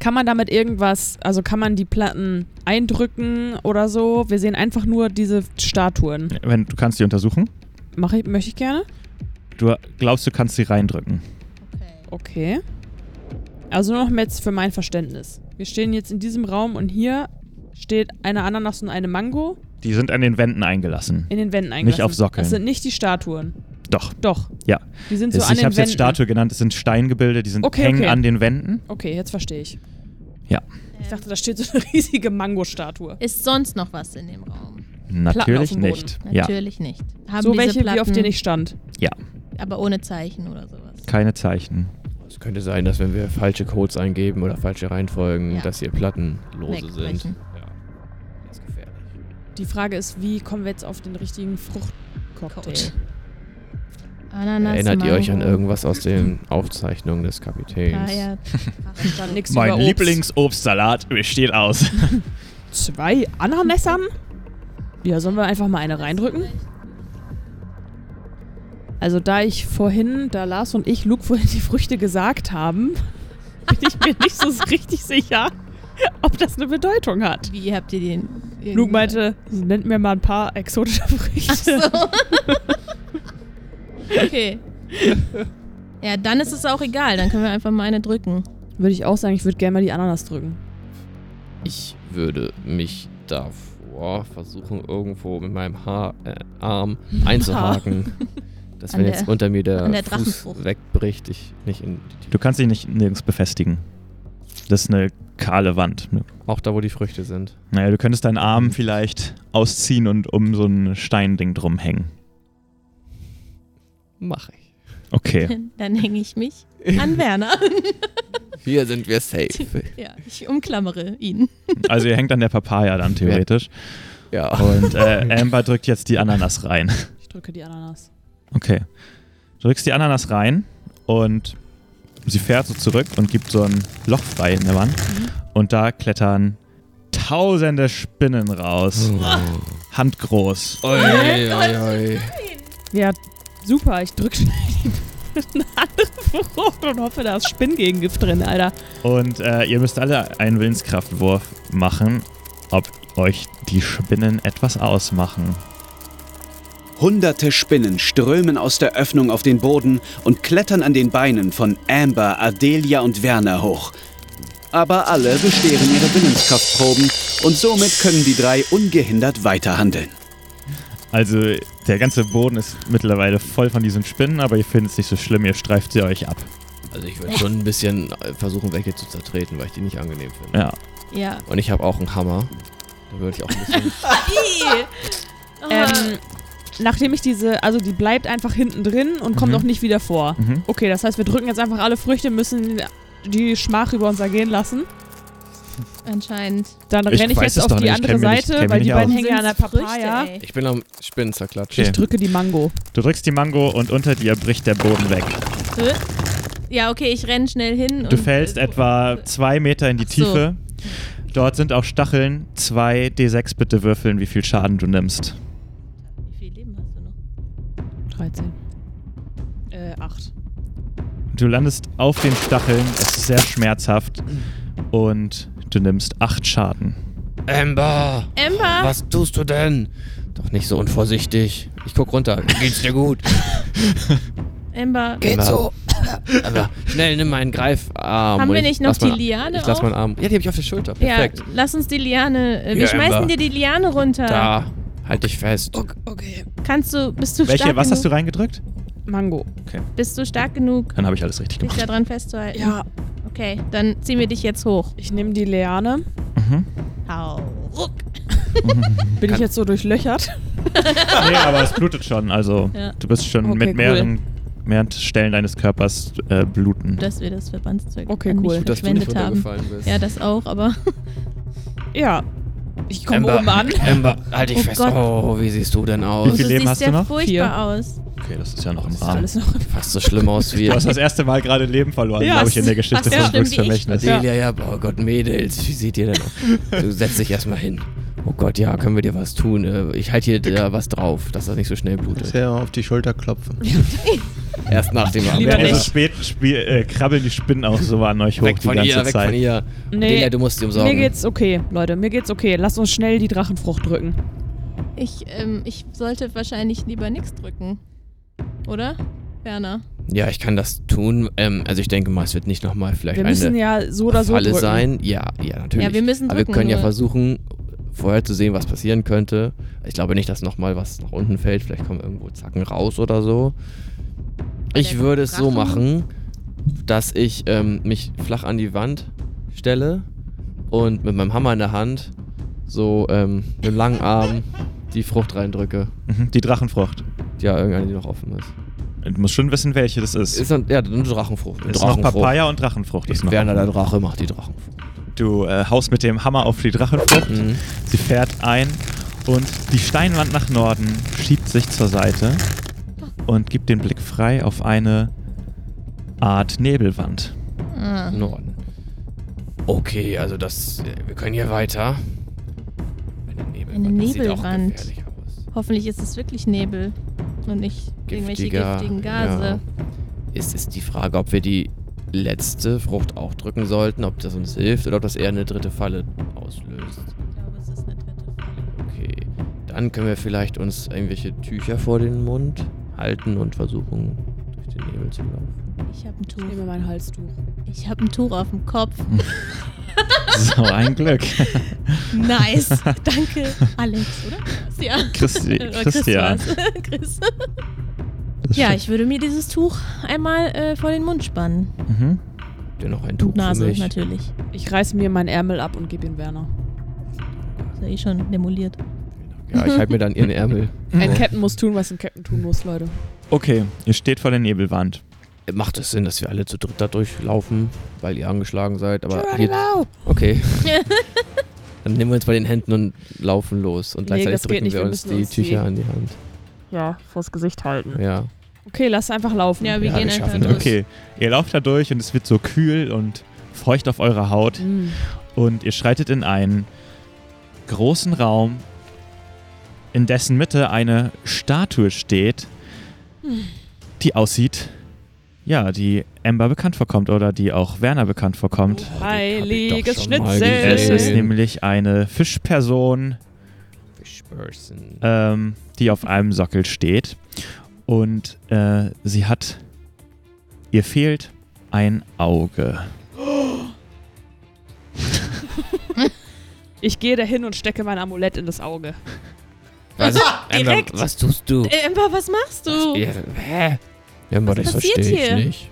Kann man damit irgendwas, also kann man die Platten eindrücken oder so? Wir sehen einfach nur diese Statuen.
Wenn, du kannst die untersuchen.
Mache ich, möchte ich gerne.
Du glaubst, du kannst sie reindrücken.
Okay.
Okay. Also noch mal jetzt für mein Verständnis. Wir stehen jetzt in diesem Raum und hier steht eine Ananas und eine Mango
Die sind an den Wänden eingelassen.
in den Wänden eingelassen.
auf Sockeln.
Das sind nicht die Statuen.
Doch.
Doch.
Ja.
Die sind so
Es-
an
ich
den
habe
Wänden.
jetzt Statue genannt, es sind Steingebilde, die sind
Okay,
hängen
okay.
an den Wänden.
Okay, jetzt verstehe ich.
Ja.
Ich dachte, da steht so eine riesige Mango-Statue.
Ist sonst noch was in dem Raum?
auf
Natürlich
dem Boden.
nicht. Ja,
Natürlich nicht. Haben
So
diese
welche, wie auf
Platten,
denen ich stand.
Aber ohne Zeichen oder sowas.
keine Zeichen.
Es könnte sein, dass wenn wir falsche Codes eingeben oder falsche Reihenfolgen,
Ja.
dass hier Platten lose sind.
Wegbrechen.
Ja. Das ist gefährlich.
Die Frage ist, wie kommen wir jetzt auf den richtigen Fruchtcocktail?
Code. Ananas,
Erinnert
Mango,
ihr euch an irgendwas aus den Aufzeichnungen des Kapitäns?
Papaya,
Stand nix
Mein
über Obst.
Lieblingsobstsalat besteht aus.
Zwei Ananässern? Ja, sollen wir einfach mal eine reindrücken? Also da ich vorhin, da Lars und ich Luke vorhin die Früchte gesagt haben, bin ich mir nicht so richtig sicher, ob das eine Bedeutung hat.
Wie habt ihr den?
Luke meinte, nennt mir mal ein paar exotische Früchte.
Ach so. okay. Ja, dann ist es auch egal. Dann können wir einfach mal eine drücken.
Würde ich auch sagen, ich würde gerne mal die Ananas drücken.
Ich würde mich davor versuchen, irgendwo mit meinem Haar, äh, Arm einzuhaken. Dass
An
wenn
der-
jetzt unter mir der,
an der
Fuß
Drachenfrucht.
wegbricht, ich nicht in die
Du kannst dich nicht nirgends befestigen. Das ist eine kahle Wand.
Auch da, wo die Früchte sind.
Naja, du könntest deinen Arm vielleicht ausziehen und um so ein Steinding drum hängen.
Mach ich.
Okay.
Dann hänge ich mich an Werner.
Hier sind wir safe.
ja, ich umklammere ihn.
Also ihr hängt an der Papaya dann theoretisch.
Ja.
Und äh, Amber drückt jetzt die Ananas rein.
Ich drücke die Ananas.
Okay. Du drückst die Ananas rein und sie fährt so zurück und gibt so ein Loch frei in der Wand. Und da klettern tausende Spinnen raus. Handgroß.
Oi, oi, oi, oi.
Ja, super. Ich drücke schnell die- eine andere Frucht und hoffe, da ist Spinngegengift drin, Alter.
Und äh, ihr müsst alle einen Willenskraftwurf machen, ob euch die Spinnen etwas ausmachen.
Hunderte Spinnen strömen aus der Öffnung auf den Boden und klettern an den Beinen von Amber, Adelia und Werner hoch. Aber alle bestehen ihre Willenskraftproben und somit können die drei ungehindert weiterhandeln.
Also der ganze Boden ist mittlerweile voll von diesen Spinnen, aber ihr findet es nicht so schlimm, ihr streift sie euch ab.
Also ich würde schon ein bisschen äh, versuchen, welche zu zertreten, weil ich die nicht angenehm finde.
Ja.
Ja.
Und ich habe auch einen Hammer. Da würde ich auch ein bisschen...
Ih. Oh,
Ähm, nachdem ich diese, also die bleibt einfach hinten drin und kommt
Mhm.
auch nicht wieder vor.
Mhm.
Okay, das heißt, wir drücken jetzt einfach alle Früchte, müssen die Schmach über uns ergehen lassen.
anscheinend.
Dann
Ich
renne ich
weiß
jetzt
es
auf
doch
die
nicht, ich
andere
kenn mich nicht-
Seite,
kenn mich
weil
nicht
die beiden
aus.
hängen ja an der Papaya.
Früchte, ey.
Ich bin am Spinnen zerklatscht.
Okay.
Ich drücke die Mango.
Du drückst die Mango und unter dir bricht der Boden weg.
Ja, okay, ich renne schnell hin.
Du
und- äh,
fällst etwa zwei Meter in die
Ach so.
Tiefe. Dort sind auch Stacheln. 2d6 bitte würfeln, wie viel Schaden du nimmst.
Wie viel Leben hast du noch?
13. Äh, 8.
Du landest auf den Stacheln. Es ist sehr schmerzhaft. Und du nimmst acht Schaden.
Amber!
Ember!
Was tust du denn? Doch nicht so unvorsichtig. Ich guck runter. Geht's dir gut?
Ember.
Genau.
Geht's so. Amber, Also, schnell nimm meinen Greifarm.
Haben
Und
wir
ich
nicht noch
lass
die
meinen-
Liane
Ich lass
auf?
meinen Arm. Ja, die hab ich auf der Schulter.
Ja,
Perfekt.
lass uns die Liane. äh, Wir
Ja,
schmeißen
Ember.
dir die Liane runter.
Da. Halt dich
Oh
fest.
Kannst du, bist du
Welche,
stark
was hast du
genug,
reingedrückt?
Mango.
Bist du stark genug,
Dann habe ich alles richtig
dich
gemacht.
daran festzuhalten?
Ja,
Okay, dann ziehen wir dich jetzt hoch.
ich nehme die Leane.
Mhm.
Hau. Ruck.
Bin ich jetzt so durchlöchert?
Nee, aber es blutet schon. Also
Ja.
du bist schon
Okay,
mit
cool.
mehreren, mehreren Stellen deines Körpers äh, bluten.
Dass wir das Verbandszeug
Okay,
an
cool.
mich
Gut,
Dass du nicht
verschwendet haben.
runtergefallen bist.
Ja, das auch, aber
Ja. Ich komme oben an.
Amber, halt dich
Oh
fest.
Gott.
Oh, wie siehst du denn
Wie
aus?
viel
du
Leben
siehst
hast du
ja
noch?
furchtbar
Vier.
aus.
Okay, das ist ja noch im
ist
Rahmen.
Alles noch.
Fast so schlimm aus wie
Du hast das erste Mal gerade Leben verloren,
Ja,
glaube ich, in der
es ist
Geschichte
fast
von
so schlimm
Glücks
wie ich.
Vermächtnis.
Ja.
Delia, ja. oh Gott, Mädels, wie seht ihr denn aus? Du setz dich erstmal hin. Oh Gott, ja, können wir dir was tun? Äh, Ich halte hier da was drauf, dass das nicht so schnell
Muss
blutet.
ja mal auf die Schulter klopfen.
Erst nach dem
Lieber
Ja,
Abend.
also
nicht.
spät spiel, äh, krabbeln die Spinnen auch so an euch hoch
Weg
die
von
ganze
ihr, weg
Zeit.
von ihr. Delia, du musst sie umsorgen.
Mir geht's okay, Leute. Mir geht's okay. Lasst uns schnell die Drachenfrucht drücken.
Ich, ähm, ich sollte wahrscheinlich lieber nichts drücken. Oder? Werner.
Ja, ich kann das tun. Ähm, also ich denke mal, es wird nicht nochmal vielleicht
wir
eine
müssen ja so oder so
Falle
drücken.
sein. Ja, ja, natürlich.
Ja, wir müssen
Aber wir
drücken,
können ja
nur-
versuchen, vorher zu sehen, was passieren könnte. Ich glaube nicht, dass nochmal was nach
Mhm.
unten fällt. Vielleicht kommen irgendwo Zacken raus oder so. Ich
der
würde es so
Drachen-
machen, dass ich ähm, mich flach an die Wand stelle und mit meinem Hammer in der Hand so ähm, mit dem langen Arm die Frucht reindrücke.
Mhm, Die Drachenfrucht.
Ja, irgendeine, die noch offen ist.
Du musst schon wissen, welche das ist.
Ist dann, ja, eine Drachenfrucht.
ist noch Papaya und Drachenfrucht. Ist noch.
Werner, der Drache, macht die Drachenfrucht.
Du äh, haust mit dem Hammer auf die Drachenfrucht.
Mhm.
Sie fährt ein und die Steinwand nach Norden schiebt sich zur Seite und gibt den Blick frei auf eine Art Nebelwand.
Ah.
Norden. Okay, also das. äh, Wir können hier weiter. Eine Nebelwand.
Eine
das sieht auch
Nebelwand.
gefährlich aus.
Hoffentlich ist es wirklich Nebel und nicht irgendwelche
Giftiger,
giftigen Gase.
Ja. Ist, ist die Frage, ob wir die letzte Frucht auch drücken sollten, ob das uns hilft oder ob das eher eine dritte Falle auslöst.
Ich glaube, es ist eine dritte Falle.
Okay. Dann können wir vielleicht uns irgendwelche Tücher vor den Mund halten und versuchen, durch den Nebelzulauf.
Ich habe ein
Ich
Tuch.
nehme mein Halstuch.
Ich habe ein Tuch auf dem Kopf.
So ein Glück.
Nice. Danke, Alex, oder? Ja.
Christi,
Oder
Christian.
Chris war's. Chris.
Das
Ja,
stimmt.
ich würde mir dieses Tuch einmal äh, vor den Mund spannen.
Mhm.
Dennoch ein Tuch
Und Nase
für mich.
natürlich.
Ich reiße mir meinen Ärmel ab und gebe ihn Werner.
Ist ja eh schon demoliert.
Ja, ich halte mir dann ihren Ärmel.
Ein Captain muss tun, was ein Captain tun muss, Leute.
Okay, ihr steht vor der Nebelwand.
Macht es Sinn, dass wir alle zu dritt da durchlaufen, weil ihr angeschlagen seid, aber hier, Okay. Dann nehmen wir uns bei den Händen und laufen los. Und
Nee,
gleichzeitig
das geht
drücken
nicht,
wir
wir
uns
müssen
die
uns die-
Tücher an die Hand.
Ja, vors Gesicht halten.
Ja.
Okay, lass einfach laufen.
Ja, wir
Ja,
gehen
wir
einfach
schaffen
durch.
das.
Okay, ihr lauft da durch und es wird so kühl und feucht auf eurer Haut.
Mm.
Und ihr schreitet in einen großen Raum, in dessen Mitte eine Statue steht, die aussieht, ja, die Ember bekannt vorkommt oder die auch Werner bekannt vorkommt.
Oh, Heiliges
schon mal gesehen.
Es ist
Äh.
Schnitzel.
nämlich eine Fischperson,
Fishperson.
ähm, die auf einem Sockel steht. Und äh, sie hat, ihr fehlt ein Auge.
Ich gehe dahin und stecke mein Amulett in das Auge.
Was, Ember,
direkt.
was tust du?
Äh, Ember, was machst du?
Ja, hä? Ember,
Was
das
passiert
verstehe ich
hier?
nicht.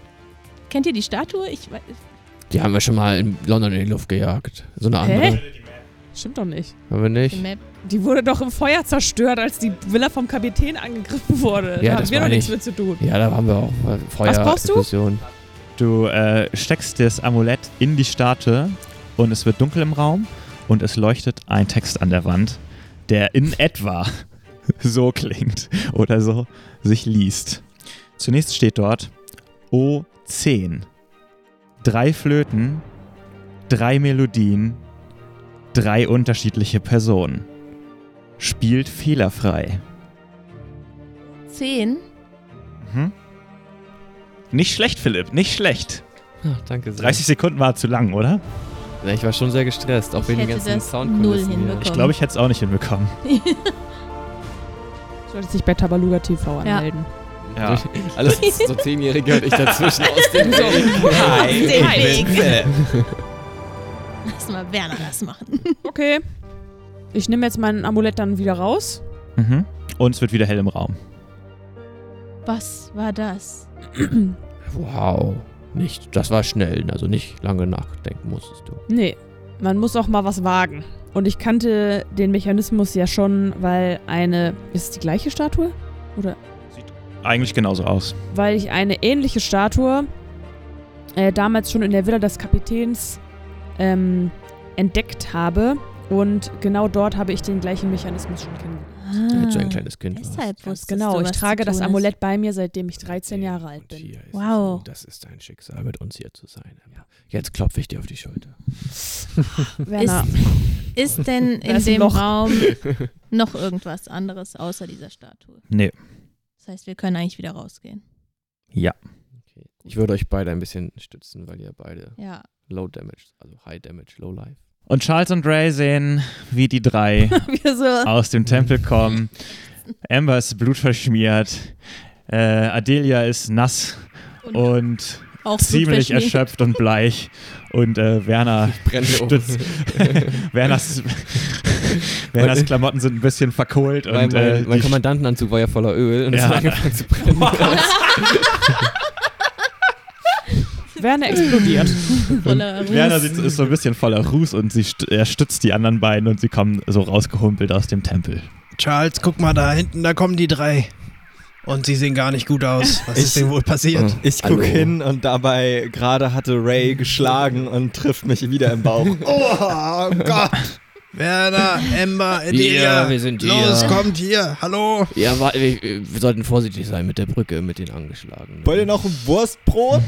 Kennt ihr die Statue? Ich weiß.
Die haben wir schon mal in London in die Luft gejagt. So eine
Hä?
andere.
Stimmt doch nicht.
Haben wir nicht?
Map.
Die wurde doch im Feuer zerstört, als die Villa vom Kapitän angegriffen wurde.
Ja,
da haben
das
wir doch
meine
nichts
ich.
mit zu tun.
Ja, da haben wir auch äh, Feuer.
brauchst du?
Explosion.
Du äh, steckst das Amulett in die Statue und es wird dunkel im Raum und es leuchtet ein Text an der Wand, der in etwa so klingt oder so sich liest. Zunächst steht dort O10. Drei Flöten, drei Melodien, drei unterschiedliche Personen. Spielt fehlerfrei.
Zehn.
Mhm. Nicht schlecht, Philipp, nicht schlecht.
Ach, danke sehr.
30 Sekunden war zu lang, oder?
Ja, ich war schon sehr gestresst, auch
Ich
wegen den
hätte
ganzen
das null
Soundkulissen hier.
hinbekommen.
Ich glaube, ich hätte es auch nicht hinbekommen.
Du solltest dich bei Tabaluga TV
Ja.
anmelden.
Ja.
Also, Alles so Zehnjährige und ich dazwischen aus dem
Auf
Hi,
den
ich bin
Weg.
Philipp.
Lass mal Werner das machen.
Okay. Ich nehme jetzt mein Amulett dann wieder raus.
Mhm. Und es wird wieder hell im Raum.
Was war das?
Wow. Nicht, das war schnell, also nicht lange nachdenken musstest du.
Nee, man muss auch mal was wagen. Und ich kannte den Mechanismus ja schon, weil eine. Ist es die gleiche Statue?
Eigentlich genauso aus.
Weil ich eine ähnliche Statue äh, damals schon in der Villa des Kapitäns ähm, entdeckt habe. Und genau dort habe ich den gleichen Mechanismus schon kennengelernt.
Als
Ah, halt
du ein kleines Kind warst.
Deshalb wusstest
Genau,
du,
ich
was
trage
zu
das
tun ist.
Amulett bei mir, seitdem ich 13 Jahre alt
Und
bin.
hier ist
Wow.
es so, Das ist dein Schicksal, mit uns hier zu sein. Emma. Jetzt klopfe ich dir auf die Schulter.
Werner,
Ist denn
Da
in
ist ein
dem
Loch.
Raum noch irgendwas anderes außer dieser Statue?
Nee.
Das heißt, wir können eigentlich wieder rausgehen.
Okay. Ich würde euch beide ein bisschen stützen, weil ihr beide
Ja.
Low Damage, also High Damage, Low Life.
Und Charles und Ray sehen, wie die drei
wir so.
aus dem Tempel kommen. Amber ist blutverschmiert. Äh, Adelia ist nass und,
auch
ziemlich
blutverschmiert.
erschöpft und bleich. Und äh, Werner
Brenne
stützt. Werners, Werners Klamotten sind ein bisschen verkohlt.
mein,
Und, äh,
mein, mein
die-
Kommandantenanzug war ja voller Öl und es
Ja.
hat angefangen zu brennen.
Werner explodiert.
Voller Ruß.
Werner sitzt, ist so ein bisschen voller Ruß und sie st er stützt die anderen beiden und sie kommen so rausgehumpelt aus dem Tempel.
Charles, guck mal da hinten, da kommen die drei. Und sie sehen gar nicht gut aus. Was ist
Ich-
denn wohl passiert?
Ich
Mhm. Hallo.
guck hin und dabei gerade hatte Ray geschlagen und trifft mich wieder im Bauch.
Oh Gott! Werner, Emma, Adelia.
Ja, wir sind
Los,
hier.
kommt hier. Hallo.
Ja, wa- wir, wir sollten vorsichtig sein mit der Brücke, mit den Angeschlagenen.
Wollt ihr noch ein Wurstbrot?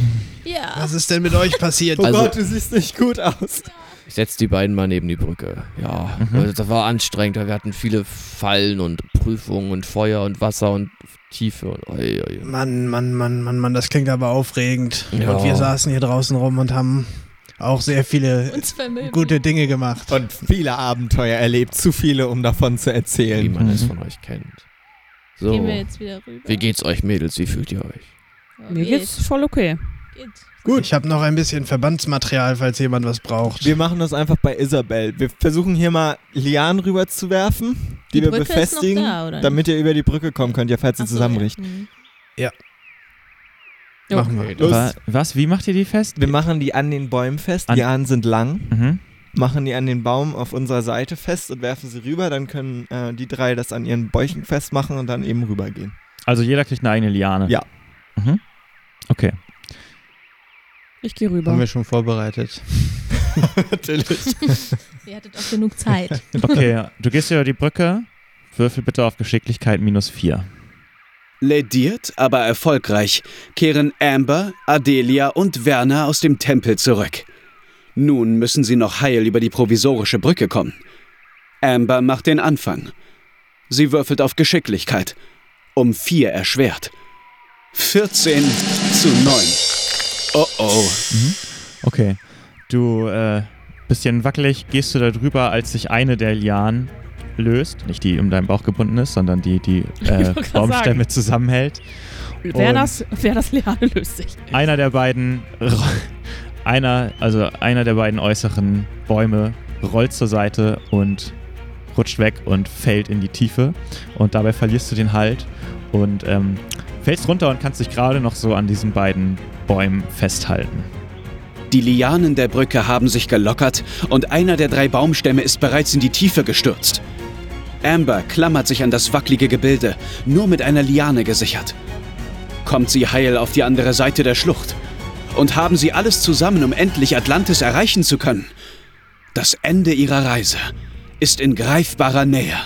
Ja.
Was ist denn mit euch passiert?
Oh
Also-
Gott, du siehst nicht gut aus.
Ich setze die beiden mal neben die Brücke. Ja, also das war anstrengend, weil wir hatten viele Fallen und Prüfungen und Feuer und Wasser und Tiefe. Und, oi, oi, oi.
Mann, Mann, Mann, Mann, Mann, das klingt aber aufregend.
Ja.
Und wir saßen hier draußen rum und haben auch sehr viele
Uns vermögen.
gute Dinge gemacht.
Und viele Abenteuer erlebt, zu viele, um davon zu
Wie
erzählen.
man es von euch kennt. So,
Gehen wir jetzt wieder rüber.
wie geht's euch, Mädels? Wie fühlt ihr euch?
Mir geht's voll okay.
Geht.
Gut. Ich habe noch ein bisschen Verbandsmaterial, falls jemand was braucht.
Wir machen das einfach bei Isabel. Wir versuchen hier mal Lianen rüberzuwerfen, die,
Die
wir
Brücke ist noch
befestigen,
da, oder
damit ihr über die Brücke kommen könnt, ja, falls sie
Ach so,
zusammenbricht.
ja. Mhm.
Jo.
Machen wir.
Los.
Wa- Was? Wie macht ihr die fest?
Wir machen die an den Bäumen fest.
An-
Lianen sind lang.
Mhm.
Machen die an den Baum auf unserer Seite fest und werfen sie rüber. Dann können äh, die drei das an ihren Bäuchen festmachen und dann eben rübergehen.
Also jeder kriegt eine eigene Liane.
Ja.
Mhm. Okay.
Ich gehe rüber.
Haben wir schon vorbereitet.
Ihr hattet auch genug Zeit.
Okay, du gehst über die Brücke. Würfel bitte auf Geschicklichkeit minus 4.
Lediert, aber erfolgreich, kehren Amber, Adelia und Werner aus dem Tempel zurück. Nun müssen sie noch heil über die provisorische Brücke kommen. Amber macht den Anfang. Sie würfelt auf Geschicklichkeit. Um vier erschwert. 14 zu 9. Oh oh.
Okay. Du äh, bisschen wackelig gehst du da drüber, als sich eine der Lianen löst. Nicht die, die um deinen Bauch gebunden ist, sondern die, die äh,
wollte grad
Baumstämme zusammenhält.
Werners, Werners Liane löst sich.
einer der beiden, einer, also einer der beiden äußeren Bäume rollt zur Seite und rutscht weg und fällt in die Tiefe. Und dabei verlierst du den Halt und ähm, fällst runter und kannst dich gerade noch so an diesen beiden Bäumen festhalten.
Die Lianen der Brücke haben sich gelockert und einer der drei Baumstämme ist bereits in die Tiefe gestürzt. Amber klammert sich an das wackelige Gebilde, nur mit einer Liane gesichert. Kommt sie heil auf die andere Seite der Schlucht? Und haben sie alles zusammen, um endlich Atlantis erreichen zu können? Das Ende ihrer Reise ist in greifbarer Nähe.